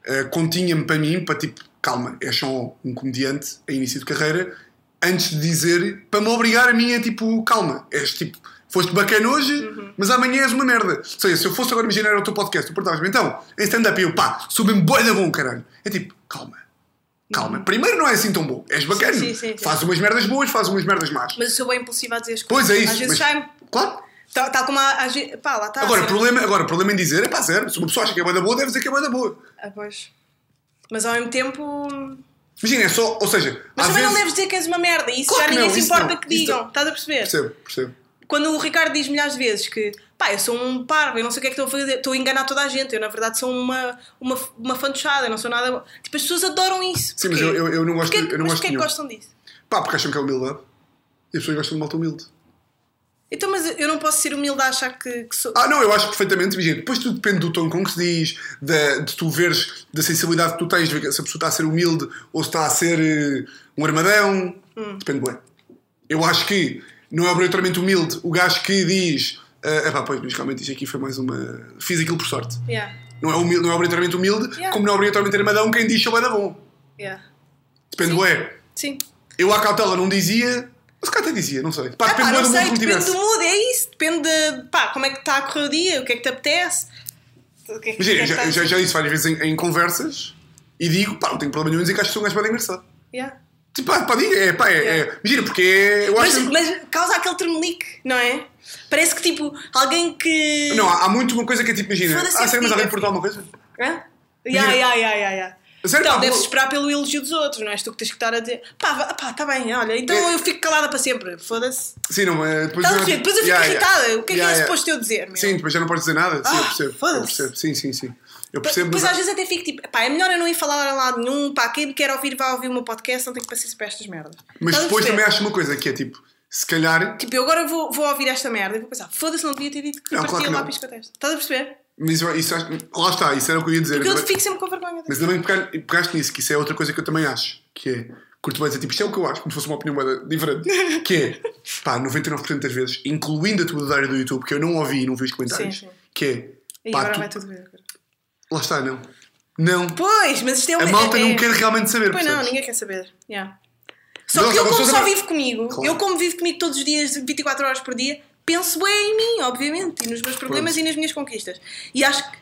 A: eh, continha-me para mim, para tipo, calma, é só um comediante a início de carreira, antes de dizer, para me obrigar a mim é tipo, calma, és tipo, foste bacana hoje,
B: Uhum.
A: mas amanhã és uma merda. Ou seja, se eu fosse agora imaginar o teu podcast, tu perguntavas-me, então, em stand-up, e eu, pá, sou bem boi da bom, caralho. É tipo, calma. Calma, primeiro não é assim tão bom, és bacana.
B: Uhum. sim, sim, sim.
A: Faz umas merdas boas, faz umas merdas más.
B: Mas eu sou bem impulsiva a dizer as coisas.
A: Pois é isso.
B: Às vezes
A: mas-
B: sai-me. tá,
A: Claro.
B: Tal, tal como a, às vezes. Pá, lá está.
A: Agora,
B: assim.
A: problema, agora, problema em dizer é pá, zero. Se uma pessoa acha que é banda boa, deve dizer que é banda boa.
B: Ah, pois. Mas ao mesmo tempo.
A: Imagina, é só, ou seja,
B: Mas
A: às
B: também
A: vezes.
B: não deves dizer que és uma merda. Isso
A: Claro
B: já
A: que
B: ninguém
A: não,
B: se
A: isso
B: importa
A: não,
B: que
A: isso
B: digam.
A: não.
B: Estás a perceber?
A: Percebo, percebo.
B: Quando o Ricardo diz milhares de vezes que. Pá, eu sou um parvo, eu não sei o que é que estou a fazer, estou a enganar toda a gente, eu na verdade sou uma, uma, uma fantochada, eu não sou nada. bo- Tipo, as pessoas adoram isso.
A: Sim, mas
B: Porquê?
A: eu, eu, eu não gosto,
B: Porquê,
A: eu não
B: mas
A: gosto
B: porquê
A: de
B: que
A: nenhum.
B: gostam disso?
A: Pá, porque acham que é humildade. E as pessoas gostam de malta humilde.
B: Então, mas eu não posso ser humilde a achar que, que sou.
A: Ah, não, eu acho perfeitamente, imagina, depois tudo depende do tom com que se diz, da, de tu veres, da sensibilidade que tu tens, de ver se a pessoa está a ser humilde ou se está a ser eh, um armadão.
B: Hum.
A: Depende, bem. Eu acho que não é obrigatoriamente humilde o gajo que diz. é pá, pois, mas realmente isto aqui foi mais uma. Fiz aquilo por sorte.
B: Yeah,
A: Não é, humilde, não é obrigatoriamente humilde,
B: Yeah.
A: como não é obrigatoriamente armadão quem diz chamada bom.
B: yeah.
A: Depende, bué.
B: Sim.
A: Eu à cautela não dizia, mas cá até dizia, não sei. Pá,
B: Ah,
A: depende
B: pá,
A: bué
B: não
A: do
B: sei,
A: mundo que me
B: depende
A: tivesse.
B: do mood, é isso. Depende de pá, como é que está a correr o dia, o que é que te apetece. o que é que- o que
A: Imagina, eu
B: é que
A: já, eu
B: estás-
A: já, já disse várias vezes em, em conversas e digo, pá, não tenho problema nenhum em dizer que acho que sou um gajo bem engraçado.
B: Yeah.
A: Tipo, pá, pá, diga, é, pá, é, é. Imagina, porque é. Eu
B: Mas,
A: acho.
B: mas causa aquele tremelique, não é? Parece que tipo, alguém que.
A: Não, há, há muito uma coisa que é tipo, imagina.
B: Foda-se
A: Ah, sério, mas
B: esse
A: alguém
B: tipo.
A: perguntou alguma coisa?
B: Hã? Ya, ya, ya, ya, ya.
A: A sério,
B: Então,
A: pá,
B: deves
A: vou-
B: esperar pelo elogio dos outros, não és tu que tens que estar a dizer pá, vá- pá, tá bem, olha, então
A: É.
B: eu fico calada para sempre, foda-se.
A: Sim, não, é, depois.
B: Estás a perceber? Depois eu fico
A: Yeah, yeah.
B: irritada, o que é que
A: Yeah,
B: é
A: yeah.
B: suposto eu dizer, meu?
A: Sim, depois já não podes dizer nada. Sim,
B: Ah,
A: eu percebo. Eu
B: foda-se.
A: percebo. Sim, sim, sim. Eu
B: Pois
A: percebo, mas.
B: às vezes até fico tipo, pá, é melhor eu não ir falar a lado nenhum, pá, quem me quer ouvir vai ouvir o meu podcast, não tenho paciência para estas merdas.
A: Mas
B: Estás a
A: depois
B: perceber?
A: também acho uma coisa que é tipo, se calhar.
B: Tipo, eu agora vou, vou ouvir esta merda e vou pensar, foda-se, não devia ter dito que
A: Não,
B: partia
A: claro que
B: o
A: não.
B: lápis com a testa. Estás a perceber?
A: Mas eu- isso, acho- lá está, isso era o que eu ia dizer.
B: Porque eu
A: Também-
B: fico sempre com vergonha.
A: Mas também pegar- pegaste nisso, que isso é outra coisa que eu também acho, que é, curto bem dizer, tipo, isto é o que eu acho, como se fosse uma opinião bué
B: (laughs)
A: diferente, que é, pá, 99% das vezes, incluindo a tua do Dário do YouTube, que eu não ouvi e não vi os comentários,
B: Sim, sim.
A: que é,
B: E
A: pá,
B: agora
A: tu-
B: vai tudo bem. agora.
A: lá está, não. Não,
B: Pois, mas isto é
A: a
B: uma-
A: malta
B: é-
A: não quer realmente saber,
B: Pois não,
A: percebes?
B: ninguém quer saber. Yeah. Só
A: Não,
B: que eu,
A: uma
B: como
A: pessoa
B: só
A: também-
B: vivo comigo,
A: Claro.
B: eu, como vivo comigo todos os dias, 24 horas por dia, penso bem em mim, obviamente, e nos meus problemas e nas minhas conquistas. E acho que.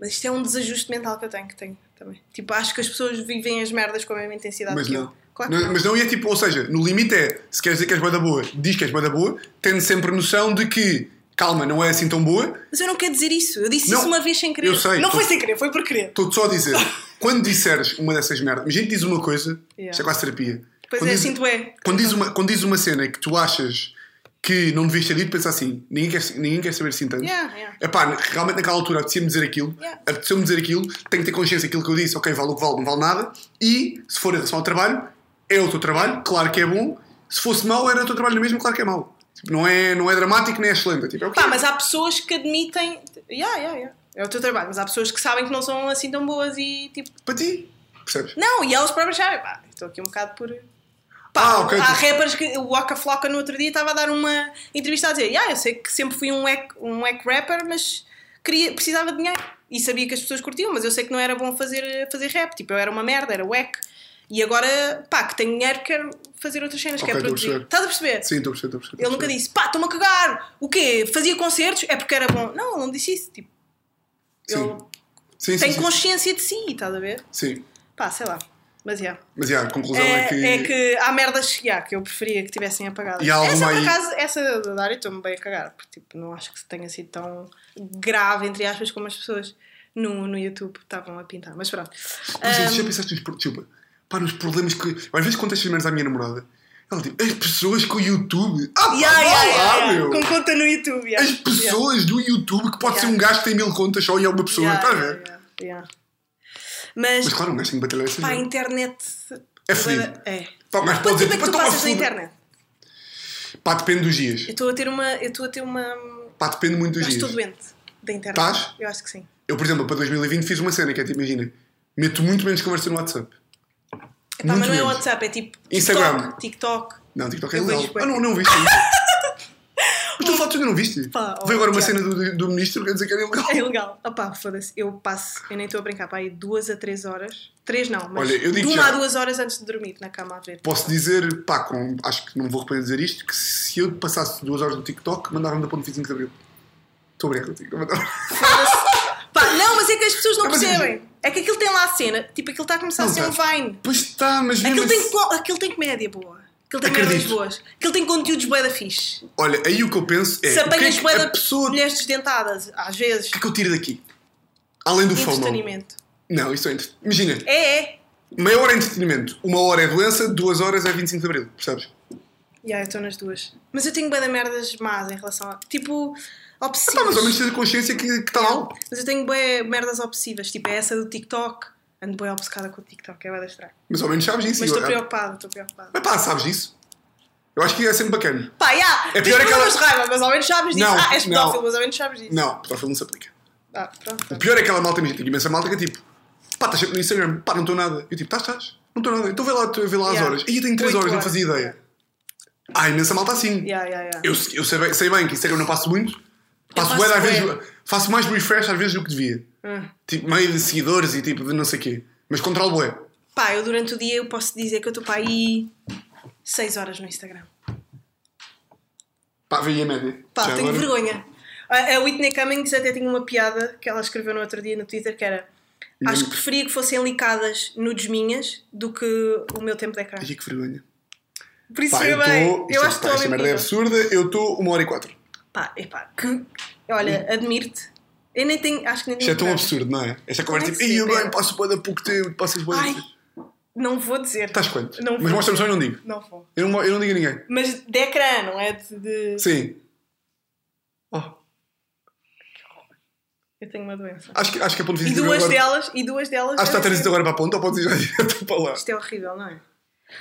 B: Mas isto é um desajuste mental que eu tenho, que tenho também. Tipo, acho que as pessoas vivem as merdas com a mesma intensidade
A: Mas
B: que
A: não.
B: eu. Claro que
A: Não,
B: não.
A: mas não e é tipo, ou seja, no limite é, se queres dizer que és bué da boa, diz que és bué da boa, tendo sempre noção de que, calma, não é assim tão boa,
B: Mas eu não quero dizer isso. Eu disse
A: Não,
B: isso uma vez sem querer.
A: eu sei,
B: não
A: tu-
B: foi sem querer, foi por querer.
A: Estou-te só a
B: (laughs)
A: dizer, quando disseres uma dessas merdas, imagina que diz uma coisa,
B: Yeah.
A: isto é quase terapia.
B: Pois
A: quando
B: é,
A: diz,
B: assim tu é.
A: Quando diz, uma, quando diz uma cena que tu achas que não devias ter dito, pensa assim, ninguém quer, ninguém quer saber assim tanto.
B: Yeah, yeah.
A: Epá, realmente naquela altura apetecia-me dizer aquilo,
B: Yeah.
A: apetecia-me dizer aquilo, tenho que ter consciência daquilo que eu disse, ok, vale o que vale, não vale nada, e se for em relação ao trabalho, é o teu trabalho, claro que é bom, se fosse mau, era o teu trabalho mesmo, claro que é mau. Tipo, não, é, não é dramático nem é excelente. é Tipo, é o que é.
B: Pá, mas há pessoas que admitem. Yeah, yeah, yeah. É o teu trabalho, mas há pessoas que sabem que não são assim tão boas e tipo.
A: Para ti, percebes?
B: Não, e elas próprias já. Pá, estou aqui um bocado por.
A: ah, ok.
B: Há
A: tu-
B: rappers que o Waka Flocka no outro dia estava a dar uma entrevista a dizer: yeah, Eu sei que sempre fui um wack, um wack rapper, mas queria, precisava de dinheiro e sabia que as pessoas curtiam, mas eu sei que não era bom fazer, fazer rap. Tipo, eu era uma merda, era wack. E agora, pá, que tenho dinheiro, quero fazer outras cenas,
A: Ok, estou a
B: quero produzir.
A: perceber.
B: Estás a perceber?
A: Sim, estou a perceber, estou a perceber.
B: Ele nunca disse, pá, estou-me a cagar. O quê? Fazia concertos? É porque era bom. Não, ele não disse isso. Tipo,
A: Sim.
B: ele
A: Sim, sim,
B: tem
A: sim.
B: consciência de si, estás a ver?
A: sim.
B: Pá, sei lá. Mas yeah.
A: Mas já, a conclusão é,
B: é,
A: que...
B: é que há merdas yeah, que eu preferia que tivessem apagadas.
A: E há alguma
B: essa, por
A: aí-
B: acaso, essa da Dário estou-me bem a cagar, porque tipo, não acho que tenha sido tão grave, entre aspas, como as pessoas no, no YouTube estavam a pintar. Mas pronto. Ah,
A: Por exemplo, já pensaste nos, pro- desculpa, tipo, pá, nos problemas que... eu Às vezes conto estas merdas à minha namorada, ela tipo, as pessoas com o YouTube... Ah, pá,
B: Yeah,
A: vá
B: yeah,
A: lá,
B: yeah, yeah.
A: meu!
B: Com conta no YouTube. yeah.
A: As pessoas do YouTube, que pode
B: Yeah.
A: ser um gajo que tem mil contas só e é uma pessoa,
B: Yeah,
A: estás a ver?
B: yeah, yeah, yeah. Mas,
A: Mas claro, um gajo tem que batalhar essas
B: pá, a
A: merdas.
B: internet.
A: É Então, tipo, fedido.
B: É.
A: Pá, mas pode
B: Quanto
A: dizer,
B: tempo é que tu
A: "Pá, toma
B: passas na
A: fundo."
B: internet?
A: Pá, depende dos dias.
B: Eu estou a ter uma. Eu estou a ter uma.
A: Pá, depende muito
B: Eu
A: dos
B: acho que estou
A: dias.
B: doente da internet.
A: Estás?
B: Eu acho que sim.
A: Eu, por exemplo, para 2020 fiz uma cena que é tipo, imagina, meto muito menos conversa no WhatsApp.
B: Epá, mas não é
A: menos.
B: WhatsApp, é tipo.
A: Instagram.
B: TikTok. TikTok.
A: Não, TikTok é
B: Eu
A: legal.
B: vejo bué.
A: Ah, não, não viste isso.
B: (laughs)
A: Mas tu fotos ainda não viste?
B: Pá, oh,
A: Veio agora uma
B: Tiago.
A: cena do, do- do ministro que dizer que era ilegal.
B: É legal. Opá, foda-se. Eu passo, eu nem estou a brincar, pá, aí duas a três horas. Três não, mas
A: Olha, eu
B: de
A: digo
B: uma
A: já.
B: a duas horas antes de dormir na cama a ver.
A: Posso dizer, pá, com- acho que não me vou arrepender de dizer isto, que se eu passasse duas horas no TikTok, mandava-me da ponte 25 de Abril. Estou a brincar contigo. não mandava.
B: (laughs) Foda-se. Pá, não, mas é que as pessoas não
A: Não, mas
B: percebem. É que aquilo tem lá a cena, tipo, aquilo está a começar
A: Não
B: a ser um
A: tá.
B: Vine.
A: Pois está, mas mesmo
B: Aquilo tem,
A: assim-
B: co- aquilo tem comédia boa. Aquilo tem
A: Acredito.
B: merdas boas. Aquilo tem conteúdos bué da fixe.
A: Olha, aí o que eu penso é,
B: Se
A: o que é
B: apanhas
A: que
B: bué
A: a
B: da
A: pessoa...
B: mulheres desdentadas, às vezes.
A: O que é que eu tiro daqui? Além do FOMO.
B: Entretenimento.
A: Não, isso é... entre- Imagina,
B: É, é.
A: meia hora é entretenimento, uma hora é doença, duas horas é 25 de Abril, percebes?
B: Yeah, eu estou nas duas. Mas eu tenho bué da merdas más em relação a. Tipo, obsessivas.
A: Pá, Tá, Então, mas ao menos tens a consciência que que está mal.
B: Mas eu tenho bué merdas obsessivas, tipo é essa do TikTok. Ando bué obcecada com o TikTok, é bué da estranho.
A: Mas ao menos sabes isso.
B: Mas
A: eu-
B: estou preocupada, estou preocupada.
A: Mas pá, sabes disso? Eu acho que é sempre bacana.
B: Pá, já!
A: É pior
B: tens
A: é que ela-
B: problemas de raiva, mas ao menos sabes disso.
A: Não,
B: ah, és
A: não.
B: pedófilo, mas ao menos sabes disso.
A: Não, pedófilo não se aplica.
B: Ah, pronto.
A: O pior é aquela malta, imagina, tem imensa malta que é tipo, pá, estás sempre no Instagram, pá, não estou nada. Eu tipo, estás, estás, não estou nada. Então vê lá, tu- vê lá as
B: Yeah.
A: horas. Ih, eu tenho 3
B: Oito
A: horas, não
B: horas.
A: fazia ideia. Há imensa malta assim.
B: Yeah, yeah, yeah.
A: Eu, eu sei, bem, sei bem que Instagram não passo muito, passo,
B: passo
A: bué, às
B: bué.
A: vezes, faço mais refresh às vezes do que devia.
B: Hum.
A: Tipo, meio de seguidores e tipo de não sei o quê. Mas controlo bué.
B: Pá, eu durante o dia eu posso dizer que eu estou para aí 6 horas no Instagram.
A: Pá, veio a média.
B: Pá,
A: Já
B: tenho
A: agora-
B: vergonha. A a Whitney Cummings até tinha uma piada que ela escreveu no outro dia no Twitter que era Acho que preferia que fossem licadas nudes minhas do que o meu tempo de ecrã.
A: Ai, que vergonha.
B: Por isso
A: Pá,
B: foi
A: eu
B: bem.
A: estou.
B: Eu acho que estou a
A: Esta merda é
B: mentir.
A: absurda, eu estou uma hora e quatro.
B: Pá, epá, que. Olha, admiro-te. Eu nem tenho. Acho que nem
A: Isto
B: tenho
A: é tão
B: coragem.
A: absurdo, não é? Esta
B: Como é
A: conversa
B: que
A: tipo,
B: se
A: ei, eu
B: vê?
A: bem, passo bué da pouco tempo, passas bué
B: Ai.
A: da pouco
B: Não vou dizer.
A: Estás quanto?
B: Não
A: Mas
B: vou.
A: mostra-me só e não digo.
B: Não vou.
A: Eu não, eu não digo a ninguém.
B: Mas de ecrã, não é? De. de-
A: Sim. Oh,
B: Eu tenho uma doença.
A: acho, que, acho que a ponto de
B: E
A: vista
B: duas
A: agora...
B: delas. E duas delas.
A: Acho que está a
B: devem
A: trânsito
B: ser-
A: agora para a ponta ou podes ir (laughs) já direto para lá?
B: Isto é horrível, não é?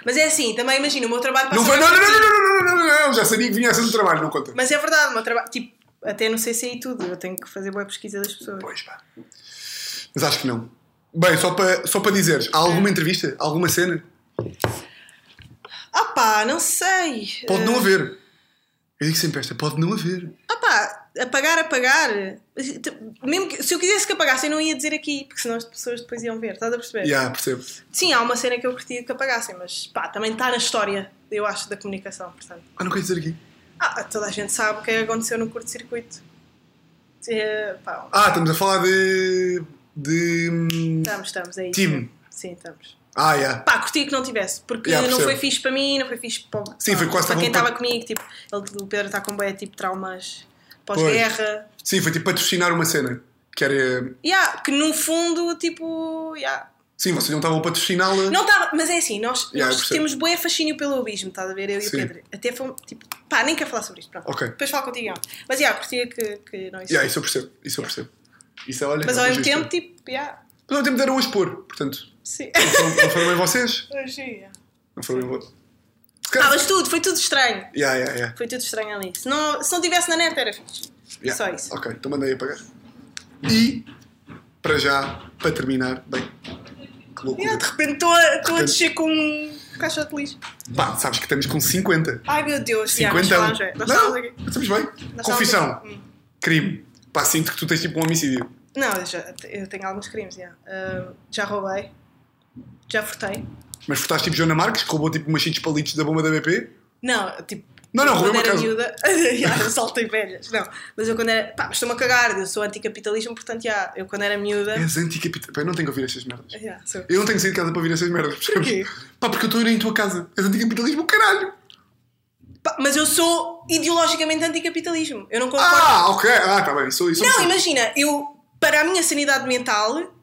B: Mas é assim, também imagina, o meu trabalho
A: Não
B: passa-
A: foi, não, não, não, não, não, não, não, não, não, já sabia que vinha a ser do trabalho, não conta.
B: Mas é verdade, o meu trabalho. Tipo, até no CC e tudo, eu tenho que fazer boa pesquisa das pessoas.
A: Pois pá. Mas acho que não. Bem, só para, só para dizeres, há
B: É.
A: alguma entrevista? Alguma cena?
B: Ah pá, não sei.
A: Pode
B: Eh,
A: não haver. Eu digo sempre esta, pode não haver.
B: Ah pá, apagar, apagar. Mesmo que- se eu quisesse que apagasse, eu não ia dizer aqui, porque senão as pessoas depois iam ver, estás a perceber?
A: Já, percebo.
B: Sim, há uma cena que eu curtia que apagassem, mas pá, também está na história, eu acho, da comunicação, portanto.
A: Ah, não quero dizer aqui.
B: Ah, toda a gente sabe o que aconteceu no curto-circuito. Eh, pá,
A: Ah, estamos a falar de. de. hum,
B: estamos, estamos, é isso.
A: Time.
B: Sim, estamos.
A: Ah, já.
B: Pá, curtia que não tivesse, porque
A: Yeah,
B: não
A: percebo.
B: foi fixe para mim, não foi fixe para,
A: Sim, foi quase
B: para quem
A: tava- um
B: estava comigo. Tipo, ele, o Pedro está com bem, tipo, traumas pós-guerra.
A: Sim, foi tipo patrocinar uma cena. Que era.
B: Yeah, que no fundo, tipo, yeah.
A: Sim, vocês não estavam a patrociná-la.
B: não estava, mas é assim, nós,
A: Yeah, eu
B: nós
A: percebo.
B: temos boé fascínio pelo abismo, estás a ver? Eu
A: Sim.
B: e o Pedro. Até foi tipo, pá, nem quero falar sobre isto, pronto.
A: Ok.
B: Depois falo contigo. não. Mas yeah, curtia que, que não isso.
A: Já, isso eu percebo. Isso eu percebo. Isso é, olha.
B: mas
A: é
B: ao
A: uma
B: mesmo
A: justa.
B: tempo, tipo, yeah,
A: Mas ao mesmo tempo deram a expor, portanto. (laughs)
B: sim.
A: Não foram, não foram bem vocês?
B: Hoje, yeah.
A: Não foram bem vocês. Se
B: Ah,
A: calhar.
B: mas tudo, foi tudo estranho.
A: Já, já, já.
B: Foi tudo estranho ali. Se não, se não tivesse na net era fixe.
A: Yeah.
B: Só isso.
A: Ok, então mandei apagar. E, para já, para terminar, bem, que loucura.
B: Yeah, de repente estou a, estou a
A: repente.
B: descer com um caixote de lixo.
A: Pá, sabes que estamos com 50.
B: Ai meu Deus,
A: 50
B: yeah, nós falámos, é. Nós
A: um. Não,
B: estávamos aqui.
A: estamos bem.
B: Nós
A: Confissão,
B: estávamos aqui. Hum.
A: crime. Pá, sinto que tu tens tipo um homicídio.
B: Não, eu, já, eu tenho alguns crimes, já. Ah, já roubei, já furtei,
A: Mas votaste tipo Joana Marques, que roubou tipo umas 5 palitos da bomba da BP?
B: Não, tipo.
A: Não, não, roubei
B: quando
A: uma
B: era
A: casa.
B: miúda. (laughs) já, eu saltei velhas. Não, mas eu quando era. Pá, mas estou-me a cagar, eu sou anticapitalismo, portanto, já. Eu quando era miúda.
A: És anticapitalista. Pá, eu não tenho que ouvir estas merdas.
B: já, sou.
A: Eu não tenho que sair de casa para ouvir estas merdas. percebes?
B: quê?
A: Pá, porque eu estou a ir em tua casa. És anticapitalismo, caralho.
B: Pá, mas eu sou ideologicamente anticapitalismo. Eu não concordo.
A: Ah, ok. Ah, tá bem. Sou isso.
B: Não, imagina, eu, para a minha sanidade mental,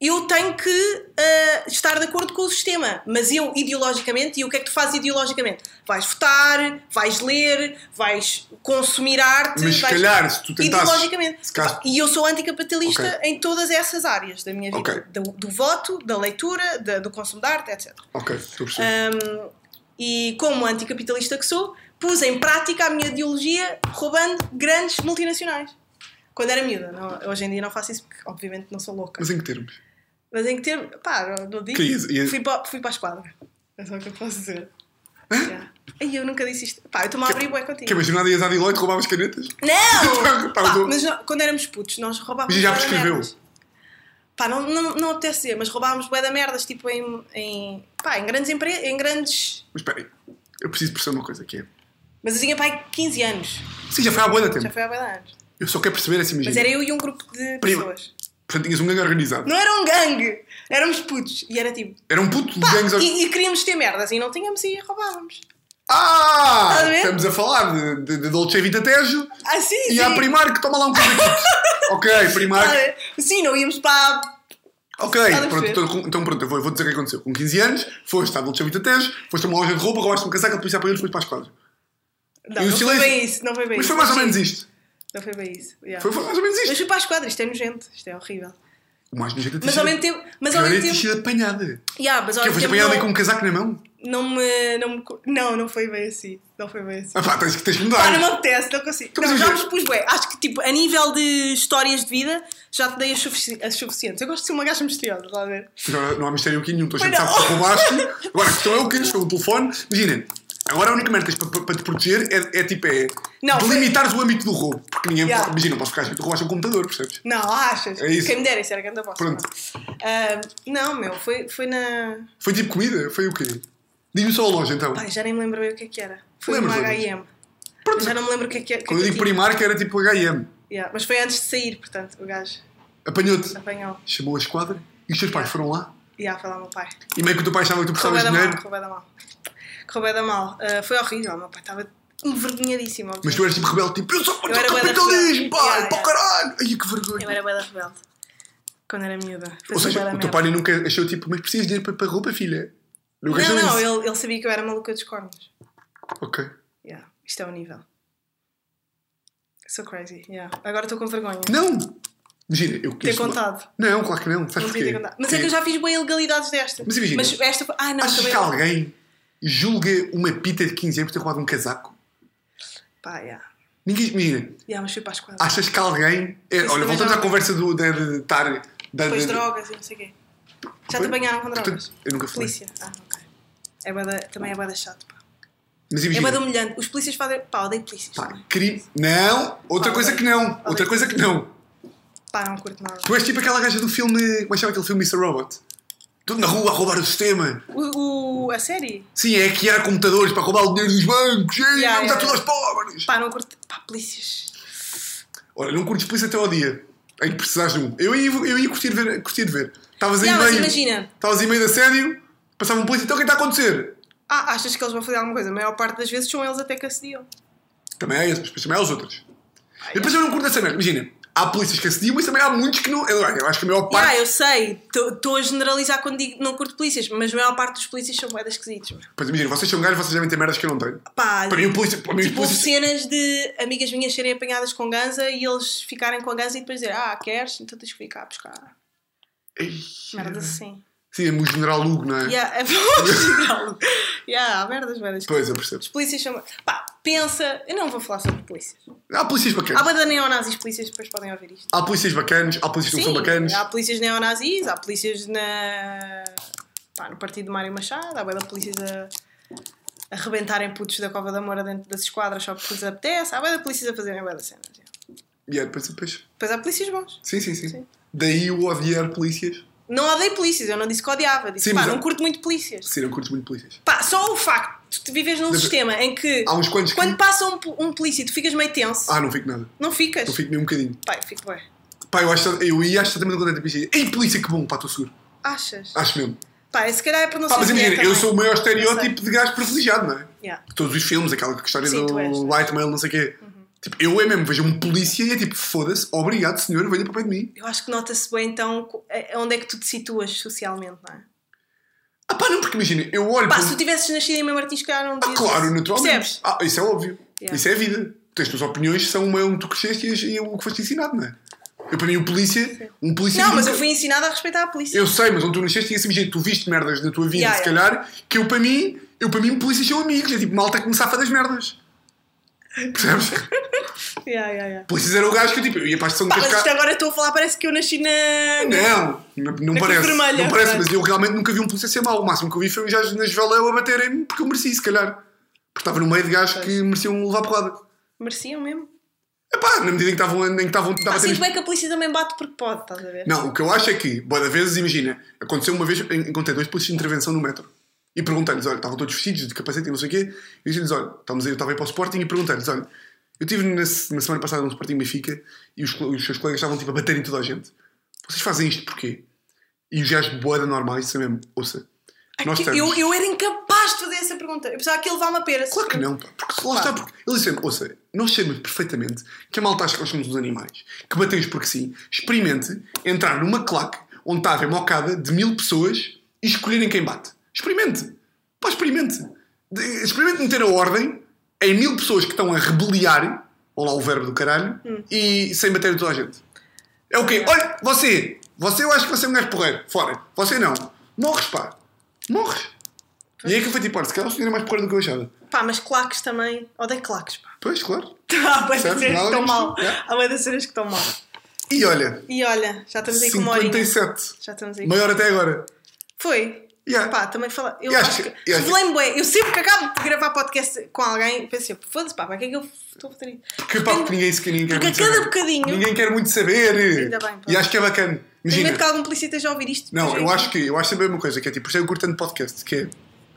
B: eu tenho que ah, estar de acordo com o sistema. Mas eu, ideologicamente, e o que é que tu fazes ideologicamente? Vais votar, vais ler, vais consumir arte.
A: Mas se
B: vais-
A: calhar, se tu tentasses-
B: Ideologicamente.
A: se calhar-
B: E eu sou anticapitalista em todas essas áreas da minha vida:
A: Ok.
B: do, do voto, da leitura, da- do consumo de arte, etc.
A: Ok, estou a perceber.
B: Ah, Ahm, e como anticapitalista que sou, pus em prática a minha ideologia roubando grandes multinacionais. Quando era miúda. Não- hoje em dia não faço isso porque, obviamente, não sou louca.
A: Mas em que termos?
B: Mas em que termo. Pá, não- não digo.
A: Que isso? E- é-
B: Fui, para, fui para a esquadra. É só o que eu posso dizer. Já. Ai, eu nunca disse isto. Pá, eu estou-me a abrir bué contigo.
A: Que é, imagina, ias à Deloitte roubavas canetas?
B: Não!
A: (laughs) Pá,
B: Pá,
A: do-
B: mas nó- quando éramos putos, nós roubávamos.
A: Mas já
B: bué da
A: prescreveu?
B: merdas. Pá, não, não, não apetece dizer, mas roubávamos bué da merdas, tipo em. em pá, em grandes empresas. Em grandes.
A: Mas espera aí. Eu preciso perceber uma coisa que é.
B: Mas eu tinha pai 15 anos.
A: Sim, já foi há boa da
B: Já
A: tempo.
B: foi há bué de anos.
A: Eu só quero perceber assim, imagina.
B: Mas era eu e um grupo de
A: Prima.
B: pessoas.
A: Portanto, tinhas um gangue organizado.
B: Não era um gangue, éramos putos. E era tipo.
A: Era um puto de
B: pá,
A: gangues. or-
B: e, e queríamos ter merdas e não tínhamos e roubávamos.
A: Ah!
B: Estás a ver?
A: estamos a falar de, de, de Dolce Vita Tejo
B: Ah, sim,
A: e
B: sim.
A: há Primark. Toma lá um pouco
B: (laughs)
A: Ok, Primark.
B: Ah, sim, não íamos para.
A: Ok,
B: Estás a
A: pronto,
B: perceber?
A: então, então pronto, eu vou, vou dizer o que aconteceu. Com 15 anos, foste à Dolce Vita Tejo, foste a uma loja de roupa, roubaste um casaco, a polícia apanhou e depois para a esquadra.
B: Não,
A: E o
B: não foi
A: silêncio?
B: bem isso, não foi bem
A: Mas
B: isso.
A: foi mais ou
B: sim,
A: menos isto.
B: Não foi bem isso. yeah.
A: Foi, foi mais ou menos
B: Mas
A: isto.
B: fui para a esquadra, isto é nojento, isto é horrível.
A: O mais nojento é ter
B: Mas
A: sido-
B: ao mesmo tempo. Mas ao
A: Pior
B: mesmo
A: é ter
B: tempo.
A: sido apanhada.
B: Yeah, mas ao
A: Que eu
B: mesmo
A: foste
B: tempo
A: apanhada
B: não,
A: aí com um casaco na mão.
B: não me, não me. co- Não, não foi bem assim. Não foi bem assim.
A: Ah pá, tens, que- tens que
B: Pá, não me
A: mudar.
B: apetece, não consigo.
A: Mas
B: Não, já
A: eu-
B: me expus bem. Acho que, tipo, a nível de histórias de vida, já te dei as, sufici- as suficientes. Eu gosto de ser uma gaja misteriosa, estás a ver?
A: Agora não há mistério aqui nenhum, estou a gente
B: Pois
A: sabe
B: não.
A: que tu roubaste.
B: (laughs)
A: Agora a questão é o que foi o telefone. Imagina, agora a única merda que tens para, para- para te proteger é, é tipo é
B: Não, foi-
A: delimitares o âmbito do roubo. Porque ninguém.
B: Yeah.
A: Imagina, não posso ficar a saber que tu roubaste um computador, percebes?
B: Não, achas?
A: É isso.
B: Quem me dera, isso era grande aposta.
A: Pronto.
B: Ah, não, meu, foi, foi na.
A: Foi tipo comida? Foi o quê? Diz-me só a loja então.
B: Pá, já nem me lembro bem o que é que era. Foi uma
A: Lembras,
B: HM.
A: Pronto.
B: Já não me lembro o que é que era.
A: Quando eu digo Primark era tipo HM.
B: Yeah, Mas foi antes de sair, portanto, o gajo
A: Apanhou-te,
B: apanhou.
A: chamou a esquadra e os teus pais foram lá.
B: Yeah, foi lá o meu pai.
A: E meio que o teu pai achava que tu precisavas
B: Correu
A: de
B: da mal,
A: dinheiro.
B: correu da mal. Correu da mal. Ah, foi horrível, o meu pai estava envergonhadíssimo.
A: Mas tu eras tipo rebelde, tipo, eu sou
B: Eu
A: contra
B: era
A: o
B: bué da
A: capitalismo,
B: rebelde.
A: pai,
B: Yeah,
A: para o
B: yeah.
A: caralho. Ai, que
B: Eu
A: vergonha.
B: era bué da rebelde. Quando era miúda.
A: Ou
B: Fazia bué
A: seja,
B: da
A: o teu
B: merda.
A: pai nem nunca achou tipo, mas precisas de dinheiro para, para roupa, filha? Nunca achou
B: Não, não,
A: isso.
B: ele, ele sabia que eu era maluca dos cornos.
A: Ok.
B: Yeah, isto é o nível. So crazy, yeah. Agora estou com vergonha. de
A: Não! Imagina, eu
B: Ter
A: isso-
B: contado.
A: Não, claro que não. Sabes
B: Não devia
A: porquê?
B: ter contado. Mas é que eu já fiz boas ilegalidades desta.
A: Mas imagina.
B: Mas esta foi. Ah, não,
A: Achas
B: também
A: que
B: não.
A: alguém julga uma pita de 15 anos por ter roubado um casaco?
B: Pá, yeah.
A: Ninguém. Imagina,
B: Yeah, mas fui para a escola.
A: achas que alguém. É,
B: Isso
A: olha,
B: também
A: voltamos
B: não.
A: à conversa do, da- de estar. Da,
B: Depois
A: da-
B: drogas e não sei o quê. Já te
A: Foi?
B: apanharam com drogas?
A: Portanto, eu nunca fui.
B: Polícia. Ah, ok. É bué da- também é bada chato, pá.
A: Mas
B: É bada
A: imagina.
B: humilhante. Os polícias fazem. Pá, odeio polícias.
A: Pá, crime. Não! Outra
B: Pá,
A: coisa
B: odeio.
A: que não!
B: Odeio.
A: Outra coisa que não!
B: Pá, não curto nada.
A: Tu és tipo aquela gaja do filme. Como é que chama aquele filme Mr. Robot? Tudo na rua a roubar o sistema.
B: O, o- a série?
A: Sim, é que era computadores para roubar o dinheiro dos bancos. E não
B: Yeah,
A: dá
B: yeah.
A: tudo aos pobres.
B: Pá, não curto. Pá, polícias.
A: Olha, não curtes polícia até ao dia em que precisares de um. Eu ia, eu ia curtir, de ver, curtir de ver. Estavas em
B: Não, Ah, mas
A: meio.
B: imagina.
A: Estavas em meio de assédio, passava um polícia, então o que está a acontecer?
B: Ah, achas que eles vão fazer alguma coisa? A maior parte das vezes são eles até que assediam.
A: Também é esse, mas depois também há os outros. e depois eu não curto essa merda. Imagina, há polícias que assediam, mas também há muitos que não. Eu, eu acho que a maior parte.
B: Ah, eu sei, estou a generalizar quando digo não curto polícias, mas a maior parte dos polícias são moedas esquisitos. meu.
A: Pois imagina, vocês são gajos, vocês devem ter merdas que eu não tenho.
B: Pá,
A: Para mim, o polícia. Para mim, os
B: tipo
A: polícias.
B: cenas de amigas minhas serem apanhadas com ganza e eles ficarem com a ganza e depois dizer ah, queres? Então tens que ficar a buscar.
A: Ei,
B: Merda assim.
A: Sim, o general Lugo, não é?
B: Yeah, (laughs) é bom. yeah, há merdas, merdas.
A: Pois, eu percebo.
B: Os polícias são. Pá, pensa. Eu não vou falar sobre polícias.
A: Há polícias
B: Há
A: bacanas.
B: banda neonazis polícias, depois podem ouvir isto.
A: Há polícias bacanas, há polícias que não são bacanas.
B: há polícias neonazis, há polícias na... pá, no partido de Mário Machado, há bué de polícias a... a arrebentarem putos da Cova da Moura dentro das esquadras só porque lhes apetece, há bué de polícias a fazerem bué de cenas. já.
A: E é, depois, depois.
B: Depois há polícias bons.
A: Sim, sim, sim,
B: Sim.
A: Daí o odiar polícias.
B: Não odeio polícias, eu não disse que odiava. Disse,
A: Sim,
B: pá,
A: mas-
B: não curto muito polícias.
A: Sim, não curtes muito polícias.
B: Pá, só o facto de tu vives num
A: Deve-
B: sistema em que
A: Há uns quantos que-
B: quando passa um, po- um polícia tu ficas meio tenso,
A: Ah, não fico nada.
B: não ficas?
A: Não fico nem um bocadinho.
B: Pá, eu fico bem.
A: Pá, eu, acho, eu ia acho também contente da polícia. Ei, polícia, que bom, pá, estou seguro.
B: Achas?
A: Acho mesmo.
B: Pá, se calhar é por não
A: Pá, Ah,
B: ser
A: mas
B: mulher
A: imagina, eu
B: também.
A: sou o maior
B: Não
A: estereótipo de gajo privilegiado, não é?
B: sei. Yeah.
A: Todos os filmes, aquela história
B: Sim, tu és. Uhum.
A: do light mail, não sei o quê. Tipo, eu é mesmo, vejo um polícia e é tipo, foda-se, obrigado senhor, venha para perto de mim.
B: Eu acho que nota-se bem então co- a- onde é que tu te situas socialmente, não é?
A: Ah pá, não, porque imagina, eu olho
B: Pá,
A: para um-
B: se tu tivesses nascido em meu Martins, se calhar não
A: Ah,
B: dizias
A: claro,
B: isso.
A: naturalmente.
B: Percebes?
A: Ah, isso é óbvio.
B: Yeah.
A: Isso é a vida. Tens tuas opiniões, são uma onde tu cresceste e, as- e o que foste ensinado, não é? Eu, para mim, o polícia. Um polícia
B: Não, mas
A: nunca-
B: eu fui ensinada a respeitar a polícia.
A: Eu sei, mas onde tu nasceste tinha esse jeito. Tu viste merdas na tua vida,
B: Yeah,
A: se
B: yeah.
A: calhar, que eu, para mim, eu, para mim, polícias são amigos. É tipo, malta que me safa das merdas. Percebes?
B: Yeah, yeah, yeah.
A: polícias era o gajo que eu, tipo, eu ia para a estação de
B: Pá, mas isto é-
A: Cascais.
B: agora estou a falar, parece que eu nasci na.
A: Não, não, não
B: Na cor
A: parece.
B: vermelha,
A: não parece,
B: pronto.
A: mas eu realmente nunca vi um polícia ser mau. O máximo que eu vi foi um gajo nas velas a baterem-me porque eu mereci, se calhar. Porque estava no meio de gajos que mereciam levar porrada.
B: Mereciam mesmo.
A: Epá, na medida em que estavam em que estavam estava
B: Pá,
A: a ter
B: sinto bem que a polícia também bate porque pode, estás a ver?
A: Não, o que eu acho é que, boa da vezes, imagina, aconteceu uma vez, en- encontrei dois polícias de intervenção no metro e perguntei-lhes, olha, estavam todos vestidos de capacete e não sei o quê, e disse-lhes, olha, estamos aí, eu estava aí para o Sporting e perguntei-lhes, olha, eu estive na, se- na semana passada no Sporting Benfica e os, cole- os seus colegas estavam tipo a bater em toda a gente. Vocês fazem isto porquê? E os gajos de boeda normais, isso é mesmo, ouça.
B: Ai,
A: Nós
B: que-
A: temos.
B: eu, eu era incapaz de fazer essa pergunta. Eu precisava que ele levar uma pera.
A: Claro que não, pá. Porque lá está, porque eles dizem, ouça, nós sabemos perfeitamente que a malta acha que nós somos uns animais, que batemos porque sim. Experimente entrar numa claque onde está a ver mocada de mil pessoas e escolherem quem bate. Experimente. Pá, experimente. De- experimente meter a ordem em mil pessoas que estão a rebeliar, ou lá o verbo do caralho, e sem bater em toda a gente. Hum. É o quê? Olha, você, você eu acho que você é um gajo porreiro. Fora. Você não. Morres, pá. Morres. E aí que eu fui tipo, olha, se calhar o senhor é mais porreiro do que eu achava.
B: Pá, mas claques também. Odeio claques, pá. (laughs)
A: Pois, claro.
B: Há bué
A: Percebes?
B: de cenas que
A: Nada
B: estão
A: disto.
B: mal.
A: Yeah.
B: Há bué de cenas que estão mal.
A: E olha,
B: E é olha, é já estamos aí com uma horinha.
A: 57.
B: Já estamos aí.
A: Maior até agora.
B: Foi.
A: Yeah.
B: Pá, também falar. Eu
A: E acho
B: acho que.
A: que- e acho que-
B: Revelei-me bué. Eu sempre que acabo de gravar podcast com alguém, penso sempre, foda-se, pá, para que é que eu estou a fazer isto?
A: Porque, pá, porque ninguém, que ninguém quer
B: Porque a
A: muito
B: cada
A: saber.
B: bocadinho-
A: Ninguém quer muito saber.
B: Ainda bem, pá.
A: e acho que é bacana.
B: Tenho
A: Imagina.
B: medo que algum polícia esteja a ouvir isto.
A: Não,
B: Pois
A: eu
B: é.
A: acho que eu acho sempre a mesma coisa, que é tipo, isto é um curtando podcast, que é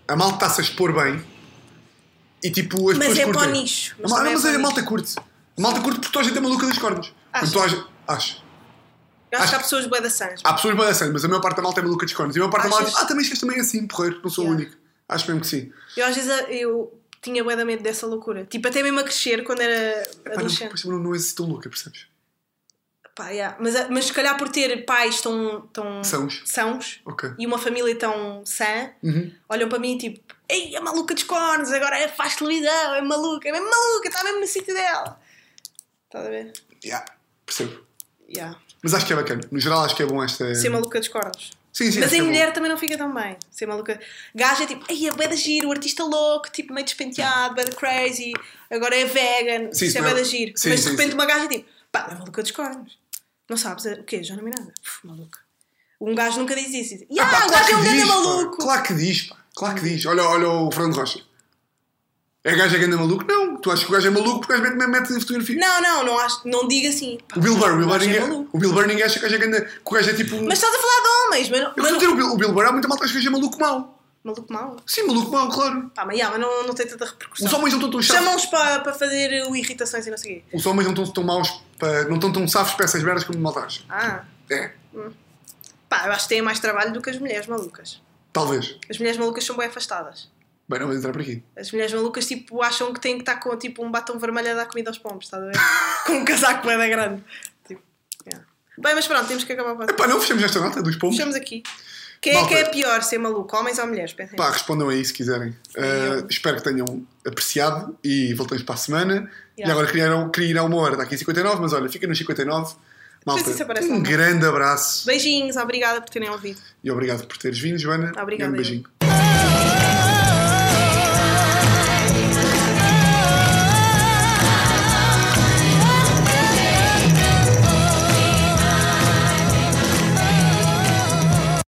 A: a malta está-se a expor bem e tipo as
B: Mas
A: pessoas
B: é para o
A: curtem.
B: nicho, mas
A: A mal- não,
B: também é
A: mas
B: para
A: é,
B: o
A: a malta curte. A malta curte porque toda a gente é maluca dos cornos.
B: Achas?
A: Quando toda a gente- Acho.
B: Eu acho que há
A: acho-
B: pessoas bué da sãs.
A: Há pessoas bem assim, mas a maior parte da malta é maluca dos cornos. E a maior parte da malta
B: Achas?
A: diz, ah, também isto também é assim, porreiro, não sou
B: Yeah.
A: o único. Acho mesmo que sim.
B: Eu às vezes eu tinha bué da medo dessa loucura. Tipo, até mesmo a crescer quando era
A: Pá, não,
B: adolescente.
A: pois, não, não é assim tão louca, percebes?
B: Pá, yeah. mas, a- mas se calhar por ter pais tão, tão
A: Sãos.
B: sãos
A: Ok.
B: e uma família tão sã,
A: Uhum.
B: olham para mim tipo, ei, a maluca dos cornos, agora é- faz televisão, é maluca, é mesmo maluca, está mesmo no sítio dela. Estás a ver?
A: Yeah, percebo.
B: Yeah.
A: Mas acho que é bacana. No geral, acho que é bom esta.
B: Ser maluca dos cornos.
A: Sim, sim,
B: Mas
A: acho
B: em
A: que é bom.
B: mulher também não fica tão bem. Ser maluca. Gaja é tipo, ei, a da giro, o artista louco, tipo, meio despenteado, bad crazy, agora é vegan,
A: Sim,
B: isso é
A: não é-
B: bada giro.
A: Sim,
B: Mas
A: sim,
B: de repente
A: sim.
B: uma gaja é tipo, pá, é maluca dos cornos. Não sabes é- o quê? Joana Miranda? Uf, maluca. Um gajo nunca diz isso. Diz,
A: Ah,
B: Yeah,
A: pá,
B: o gajo é um
A: que
B: grande
A: diz, pá.
B: maluco.
A: Claro que diz, pá. Claro que diz. Olha, olha o Fernando Rocha. É gajo é grande maluco? Não. Tu achas que o gajo é maluco porque o gajo mete, mete fotografia.
B: Não, não, não, acho, não diga assim. Pá,
A: O Bill Burr, o Bill
B: o
A: Burr,
B: gajo é
A: ninguém,
B: maluco.
A: o Bill Burr ninguém acha que o gajo é grande. Que o gajo é tipo.
B: Mas estás a falar de homens, mas, não-
A: eu
B: mas
A: vou
B: não-
A: dizer, o Bill, o Bill Burr há muita malta que acha que o gajo é maluco mau.
B: maluco mau.
A: Sim, maluco mau, claro.
B: Pá, mas, yeah, mas não, não tem tanta repercussão.
A: Os homens não estão tão chatos.
B: Chamam-nos para, para fazer o irritações e não sei o quê.
A: Os homens não estão tão maus. pá, não estão tão safos para essas merdas como o malta acha.
B: Ah,
A: É.
B: pá, eu acho que têm mais trabalho do que as mulheres malucas.
A: Talvez.
B: As mulheres malucas são bem afastadas.
A: Bem, não vou entrar por aqui.
B: As mulheres malucas tipo, acham que têm que estar com tipo, um batom vermelho a dar comida aos pombos, estás a
A: (laughs)
B: ver? com um casaco bem da grande. Tipo, yeah. Bem, mas pronto, temos que acabar para
A: Epá, não fechamos esta nota dos pombos.
B: Fechamos aqui. Quem é
A: Malta.
B: que é pior ser maluco, homens ou mulheres? Pensem.
A: Pá, respondam aí se quiserem. Uh, espero que tenham apreciado e voltamos para a semana. E agora queria ir, a- queria ir a uma hora, está aqui em 59, mas olha, fica nos 59. Malta,
B: Depois isso aparece lá.
A: um grande abraço
B: Beijinhos, obrigada por terem ouvido.
A: e obrigado por teres vindo, Joana.
B: Obrigada,
A: E um
B: eu.
A: beijinho.